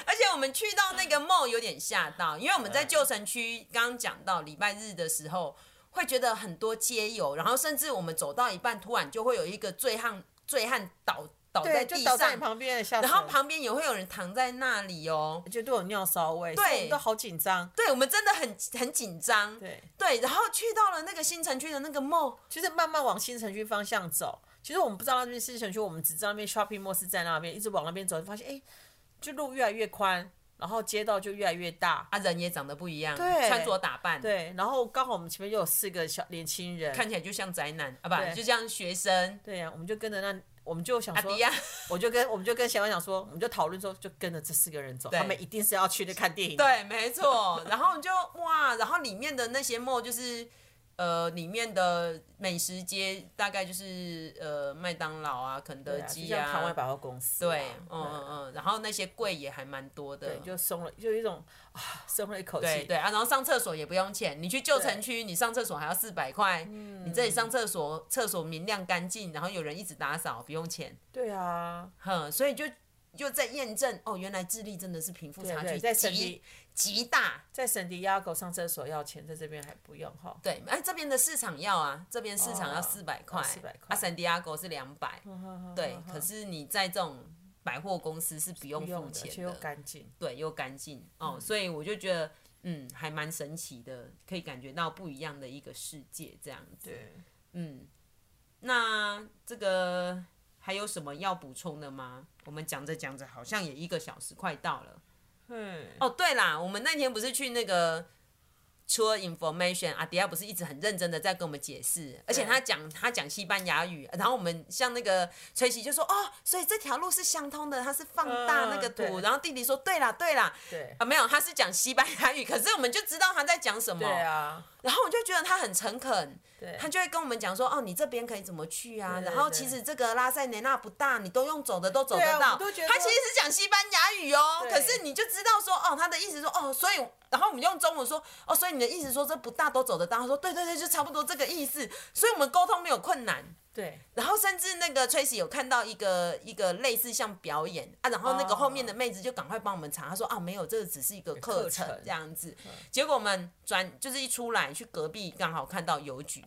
Speaker 1: 而且我们去到那个 mall 有点吓到，因为我们
Speaker 2: 嗯
Speaker 1: 在旧城区刚刚讲到礼拜日的时候，会觉得很多街友，然后甚至我们走到一半，突然就会有一个醉汉醉汉倒倒在
Speaker 2: 对，哎就
Speaker 1: 地
Speaker 2: 倒在你
Speaker 1: 上，
Speaker 2: 旁边的下，
Speaker 1: 然后旁边也会有人躺在那里哦。
Speaker 2: 就都有尿骚味，所以我们都好紧张。
Speaker 1: 对，我们真的很很紧张。
Speaker 2: 对，
Speaker 1: 对，然后去到了那个新城区的那个 mall，
Speaker 2: 就是慢慢往新城区方向走。其实我们不知道那边新城区，我们只知道那边 shopping mall 是在那边，一直往那边走，发现哎、就路越来越宽，然后街道就越来越大。
Speaker 1: 啊，人也长得不一样，
Speaker 2: 对
Speaker 1: 穿着打扮，
Speaker 2: 对，然后刚好我们前面又有四个小年轻人，
Speaker 1: 看起来就像宅男啊，不，
Speaker 2: 对
Speaker 1: 就像学生。
Speaker 2: 对啊呀、我们就跟着那，我们就想
Speaker 1: 阿
Speaker 2: 说
Speaker 1: 迪，啊亚，
Speaker 2: 我就跟我们就跟小王讲说，我们就讨论说，就跟着这四个人走，他们一定是要去那看电影。，啊
Speaker 1: 对，没错。然后就哇，然后里面的那些 mall 就是，呃，里面的美食街大概就是呃麦当劳啊、肯德
Speaker 2: 啊、就
Speaker 1: 基
Speaker 2: 像台湾
Speaker 1: 啊，
Speaker 2: 百货公司、
Speaker 1: 对，嗯嗯，嗯，然后那些柜也还蛮多的
Speaker 2: 对，，就松了，就有一种啊，松了一口
Speaker 1: 对
Speaker 2: 气。
Speaker 1: 对啊，然后上厕所也不用钱，你去旧城区，你上厕所还要四百块，
Speaker 2: 嗯
Speaker 1: 你这里上厕所，厕所明亮干净，然后有人一直打扫，不用钱，
Speaker 2: 对啊，
Speaker 1: 哼，所以就就在验证哦，原来智利真的是贫富
Speaker 2: 对
Speaker 1: 差
Speaker 2: 对，
Speaker 1: 距
Speaker 2: 在圣
Speaker 1: 极
Speaker 2: 地
Speaker 1: 极大，
Speaker 2: 在圣地亚哥上厕所要钱，在这边还不用哈。
Speaker 1: 对，哎，这边的市场要啊，这边市场要
Speaker 2: 哦
Speaker 1: 四百块，
Speaker 2: 400块嗯
Speaker 1: 啊，圣地亚哥是两百，
Speaker 2: 啊
Speaker 1: 对
Speaker 2: 哈，哈
Speaker 1: 可是你在这种百货公司是不用
Speaker 2: 不用
Speaker 1: 付
Speaker 2: 的，而且
Speaker 1: 钱
Speaker 2: 又
Speaker 1: 的，
Speaker 2: 干嗯净。
Speaker 1: 对，又干净哦，所以我就觉得。嗯，还蛮神奇的，可以感觉到不一样的一个世界这样子。
Speaker 2: 对，
Speaker 1: 嗯，那这个还有什么要补充的吗？我们讲着讲着，好像也一个小时快到了。
Speaker 2: 嗯，
Speaker 1: 哦，对啦，我们那天不是去那个 Tour Information，阿迪亚不是一直很认真的在跟我们解释，而且他讲他讲西班牙语，然后我们像那个崔琦就说哦，所以这条路是相通的，它是放大那个
Speaker 2: 嗯
Speaker 1: 图，
Speaker 2: 对
Speaker 1: 然后弟弟说对啦对啦，
Speaker 2: 对，
Speaker 1: 啊没有，他是讲西班牙语，可是我们就知道他在讲什么，
Speaker 2: 对啊，
Speaker 1: 然后我就觉得他很诚恳，
Speaker 2: 对，
Speaker 1: 他就会跟我们讲说，哦，你这边可以怎么去啊？
Speaker 2: 对对
Speaker 1: 然后
Speaker 2: 对
Speaker 1: 其实这个拉塞雷纳不大，你都用走的都走
Speaker 2: 对啊
Speaker 1: 得到。
Speaker 2: 我都觉得
Speaker 1: 他其实是讲西班牙语哦，
Speaker 2: 对
Speaker 1: 可是你就知道说，哦，他的意思说，哦，所以，然后我们用中文说，哦，所以你的意思说这不大都走得到。他说，对对对，就差不多这个意思。所以我们沟通没有困难。
Speaker 2: 对，
Speaker 1: 然后哦甚至那个 Tracy 有看到一个一个类似像表演啊，然后那个
Speaker 2: 哦
Speaker 1: 后面的妹子就赶快帮我们查，她说啊没有，这个只是一个课程
Speaker 2: 课程嗯
Speaker 1: 这样子。结果我们转就是一出来去隔壁，刚好看到邮局。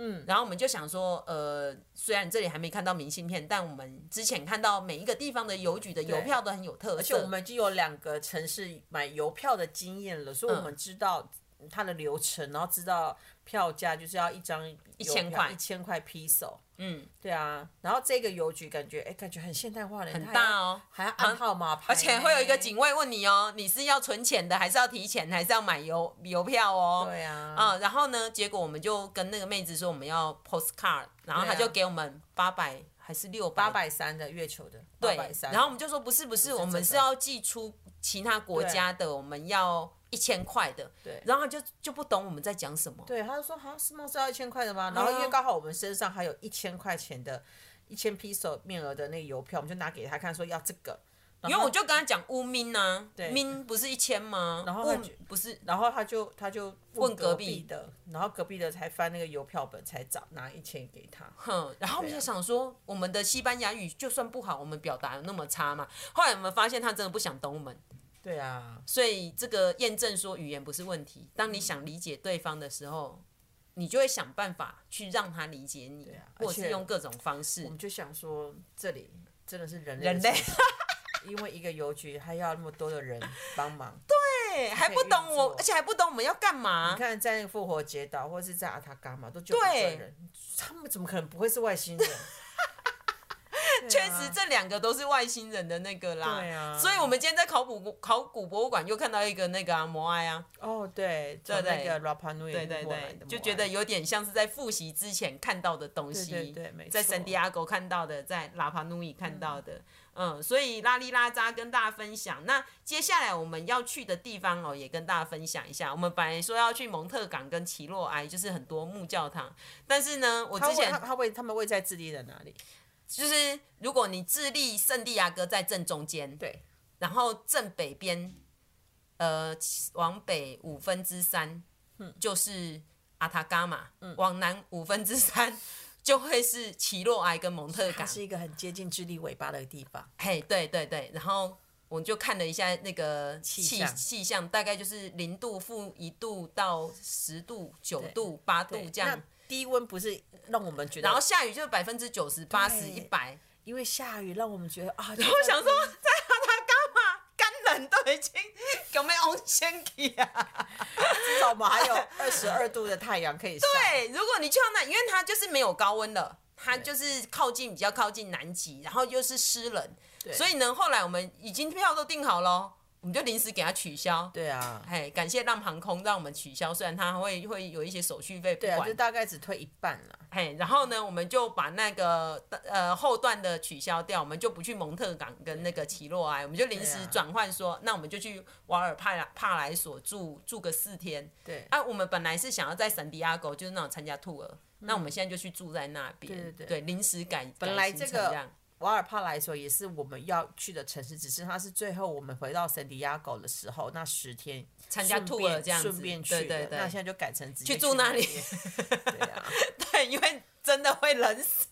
Speaker 1: 嗯，然后我们就想说，呃，虽然这里还没看到明信片，但我们之前看到每一个地方的邮局的邮票都很有特色，
Speaker 2: 而且我们已经有两个城市买邮票的经验了，所以我们知道它的流程，然后知道票价就是要一张一
Speaker 1: 1000块
Speaker 2: 一千块 peso。
Speaker 1: 嗯
Speaker 2: 对啊，然后这个邮局感觉哎，感觉很现代化的，很
Speaker 1: 大哦
Speaker 2: 还要哎按号码牌，
Speaker 1: 而且会有一个警。卫问你哦，你是要存钱的，还是要提钱，还是要买邮邮票哦？
Speaker 2: 对啊，
Speaker 1: 啊、然后呢，结果我们就跟那个妹子说我们要 postcard，然后她
Speaker 2: 对啊
Speaker 1: 就给我们八百还是六
Speaker 2: 八
Speaker 1: 百，
Speaker 2: 百三的月球的，
Speaker 1: 对
Speaker 2: 830，
Speaker 1: 然后我们就说不是不是，我们
Speaker 2: 这
Speaker 1: 是
Speaker 2: 个
Speaker 1: 要寄出其他国家的，我们要一千块的，
Speaker 2: 对
Speaker 1: 然后她就就不懂我们在讲什么，
Speaker 2: 对，他就说好像是吗？是要一千块的吗？
Speaker 1: 啊
Speaker 2: 然后因为刚好我们身上还有一千块钱的，一千 peso 面额的那个邮票，我们就拿给他看，说要这个。
Speaker 1: 因为我就跟她讲乌min 啊，
Speaker 2: 对
Speaker 1: min 不是一千吗？然
Speaker 2: 后她就
Speaker 1: 不是
Speaker 2: 然后他就他就
Speaker 1: 问
Speaker 2: 问
Speaker 1: 隔
Speaker 2: 隔
Speaker 1: 壁
Speaker 2: 壁的，然后隔壁的才翻那个邮票本，才找拿一千给他。
Speaker 1: 哼，嗯然后我们就想说，我们的西班牙语就算不好，我们表达有那么差嘛？后来我们发现她真的不想懂我们，
Speaker 2: 对啊，
Speaker 1: 所以这个验证说语言不是问题。当
Speaker 2: 嗯
Speaker 1: 你想理解对方的时候，你就会想办法去让他理解你，
Speaker 2: 啊
Speaker 1: 或者
Speaker 2: 而
Speaker 1: 是
Speaker 2: 且
Speaker 1: 用各种方
Speaker 2: 我
Speaker 1: 式
Speaker 2: 们。就想说这里真的是人类
Speaker 1: 人
Speaker 2: 的
Speaker 1: 类
Speaker 2: 世界， 因为一个邮局还要那么多的人帮 忙。
Speaker 1: 对，哎还不懂我，
Speaker 2: 运作
Speaker 1: 而且还不懂我们要干嘛
Speaker 2: 你。看，在啊那个复活节岛或是在阿塔嘎嘛，都九十
Speaker 1: 对
Speaker 2: 个人，他们怎么可能不会是外星 人？啊
Speaker 1: 确实，这两个都是外星人的那个啦。
Speaker 2: 对啊
Speaker 1: 所以我们今天在考古考古博物馆又看到一个那个啊摩埃啊，
Speaker 2: 哦，对，
Speaker 1: 对
Speaker 2: 从那
Speaker 1: 对
Speaker 2: 个 Rapa Nui
Speaker 1: 对对
Speaker 2: 过来
Speaker 1: 对
Speaker 2: 的，嘛
Speaker 1: 就觉得有点像是在复习之前看到的东西。
Speaker 2: 对对对没
Speaker 1: 在
Speaker 2: 错
Speaker 1: 圣地亚哥看到的，在拉帕努伊看到的，嗯所以拉里拉扎跟大家分享。那接下来我们要去的地方哦，也跟大家分享一下。我们本来说要去蒙特港跟奇洛埃，就是很多木教堂，但是呢，我
Speaker 2: 他
Speaker 1: 之
Speaker 2: 位他
Speaker 1: 前
Speaker 2: 他位他们位在智利的哪里？
Speaker 1: 就是如果你智利圣地亚哥在正中间，
Speaker 2: 对，
Speaker 1: 然后正北边，呃，往北五分之三，就是阿塔伽马，往南五分之三 就会是奇洛埃跟蒙特
Speaker 3: 它
Speaker 1: 港。
Speaker 3: 是一个很接近智利尾巴的地方。
Speaker 1: 嘿，对对对，然后我就看了一下那个气
Speaker 3: 象
Speaker 1: 气象，大概就是零度、负一度到十度、九度、八度这
Speaker 3: 那
Speaker 1: 样。
Speaker 3: 低温不是让我们觉得，
Speaker 1: 然后下雨就是百分之九十、八十、
Speaker 3: 对
Speaker 1: 一百。
Speaker 3: 因为下雨让我们觉得 啊，
Speaker 1: 然后想说，在阿塔伽马干冷都已经有没有先气 啊？
Speaker 3: 至少我们还
Speaker 2: 还
Speaker 3: 有
Speaker 2: 有二十二度的太阳可以晒。
Speaker 1: 对，哎如果你去到那，因为它就是没有高温了，它就是靠近比较靠近南极，然后又是湿冷，所以呢，后来我们已经票都订好了，我们就临时给它取消。
Speaker 2: 对啊，
Speaker 1: 哎，感谢浪航空让我们取消，虽然它会会有一些手续费不
Speaker 2: 对啊，
Speaker 1: 管
Speaker 2: 就，大概只退一半了。
Speaker 1: 哎、然后呢，我们就把那个呃后段的取消掉，我们就不去蒙特港跟那个奇洛埃，我们就临时
Speaker 2: 对啊
Speaker 1: 转换说，那我们就去瓦尔帕莱帕莱索住住个四天。
Speaker 2: 对
Speaker 1: 啊，我们本来是想要在圣地亚哥，就是那种参加 tour，、那我们现在就去住在那边，
Speaker 2: 对对对
Speaker 1: 临时改
Speaker 2: 本来
Speaker 1: 改行
Speaker 2: 这
Speaker 1: 程
Speaker 2: 个
Speaker 1: 这样
Speaker 2: 瓦尔帕莱索也是我们要去的城市，只是它是最后我们回到圣地亚哥的时候那十天
Speaker 1: 参加 tour 这样子，
Speaker 2: 顺便去
Speaker 1: 对
Speaker 2: 的。
Speaker 1: 对对，
Speaker 2: 那现在就改成直接
Speaker 1: 去住那里
Speaker 2: 边对啊，
Speaker 1: 对，因为真的会冷死，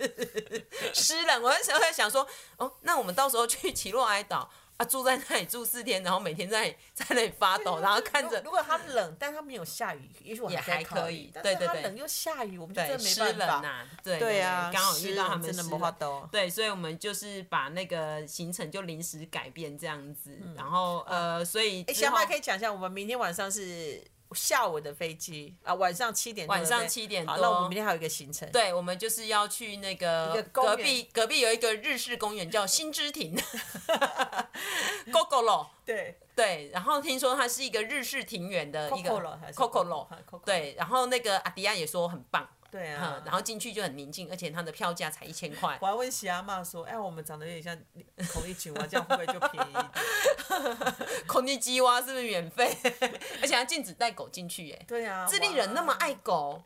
Speaker 1: 湿冷。我那时候在想说，哦，那我们到时候去奇洛埃岛啊，住在那里住四天，然后每天在在那里发抖，然后看
Speaker 2: 如
Speaker 1: 着
Speaker 2: 如果它冷，但它没有下雨，也许我
Speaker 1: 也
Speaker 2: 还在
Speaker 1: 还
Speaker 2: 考
Speaker 1: 可
Speaker 2: 虑
Speaker 1: 以
Speaker 2: 但
Speaker 1: 对
Speaker 2: 是
Speaker 1: 对
Speaker 2: 它
Speaker 1: 对
Speaker 2: 冷又下雨，我们就真
Speaker 1: 对
Speaker 2: 的没
Speaker 1: 哎湿
Speaker 2: 办
Speaker 1: 冷
Speaker 2: 法。
Speaker 1: 呐，对
Speaker 2: 对啊，
Speaker 1: 刚好遇到他
Speaker 2: 湿冷
Speaker 1: 们
Speaker 2: 真的
Speaker 1: 湿
Speaker 2: 没法
Speaker 1: 冷。
Speaker 2: 兜。
Speaker 1: 对，所以我们就是把那个行程就临时改变这样子，然后呃，所以
Speaker 2: 嗯哎，
Speaker 1: 之
Speaker 2: 小
Speaker 1: 后
Speaker 2: 麦可以讲一下，我们明天晚上是下午的飞机啊，晚上七点多的飞。
Speaker 1: 晚上7点
Speaker 2: 好，
Speaker 1: 多
Speaker 2: 那我们明天还有一个行程。
Speaker 1: 对，我们就是要去那
Speaker 2: 一
Speaker 1: 个
Speaker 2: 个公园
Speaker 1: 隔壁隔壁有一个日式公园叫新之亭 ，Gogoro。
Speaker 2: 对
Speaker 1: 对，然后听说它是一个日式庭园的一个
Speaker 2: Kokoro 还是
Speaker 1: Kokoro，
Speaker 2: Kokoro，
Speaker 1: 对，然后那个阿迪亚也说很棒，
Speaker 2: 对啊
Speaker 1: 嗯，，然后进去就很宁静，而且它的票价才一千 块
Speaker 2: 我，还问喜阿妈说：“哎，我们长得有点像孔乙己嘛，这样会不会就便宜一点
Speaker 1: 空地鸡蛙是不是免费？ 而且它禁止带狗进去耶？”，
Speaker 2: 对啊，
Speaker 1: 智利人那么
Speaker 2: 哇
Speaker 1: 爱狗，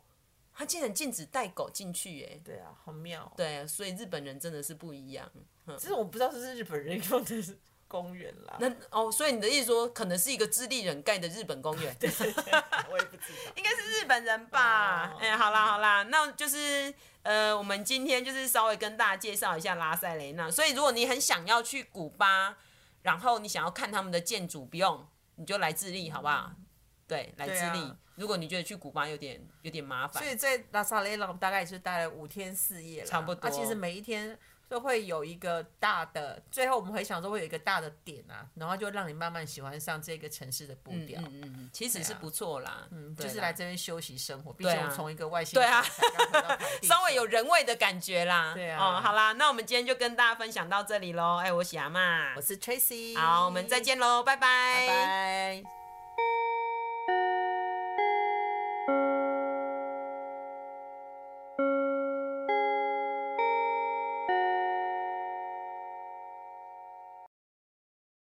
Speaker 1: 他竟然禁止带狗进去耶，
Speaker 2: 对啊，好妙哦。
Speaker 1: 对，所以日本人真的是不一样。嗯
Speaker 2: 其实我不知道这是日本人用的公园啦，
Speaker 1: 那哦，所以你的意思说，可能是一个智利人盖的日本公园？对，
Speaker 2: 我也不知道。
Speaker 1: 应该是日本人吧
Speaker 2: 哦？
Speaker 1: 哎、好啦好啦，那就是呃，我们今天就是稍微跟大家介绍一下拉塞雷纳。所以如果你很想要去古巴，然后你想要看他们的建筑，不用你就来智利，好不好？对，来智
Speaker 2: 嗯对
Speaker 1: 利。
Speaker 2: 啊
Speaker 1: 如果你觉得去古巴有点有点麻烦
Speaker 2: 所，以在拉萨雷朗大概是待了五天四夜啦，
Speaker 1: 差不多
Speaker 2: 啊，其实每一天都会有一个大的，最后我们回想说会有一个大的点啊，然后就让你慢慢喜欢上这个城市的步
Speaker 1: 嗯
Speaker 2: 调。
Speaker 1: 嗯嗯嗯，其实是不错啦，嗯，
Speaker 2: 啊就是来这边休息生活，毕
Speaker 1: 啊
Speaker 2: 竟我从一个外星人
Speaker 1: 对啊
Speaker 2: 才刚回到台 地
Speaker 1: 稍微有人味的感觉啦。
Speaker 2: 对啊
Speaker 1: 哦，好啦，那我们今天就跟大家分享到这里喽。哎，我是阿妈
Speaker 2: 我，是 Tracy，
Speaker 1: 好，我们再，见喽，拜拜
Speaker 2: 拜拜。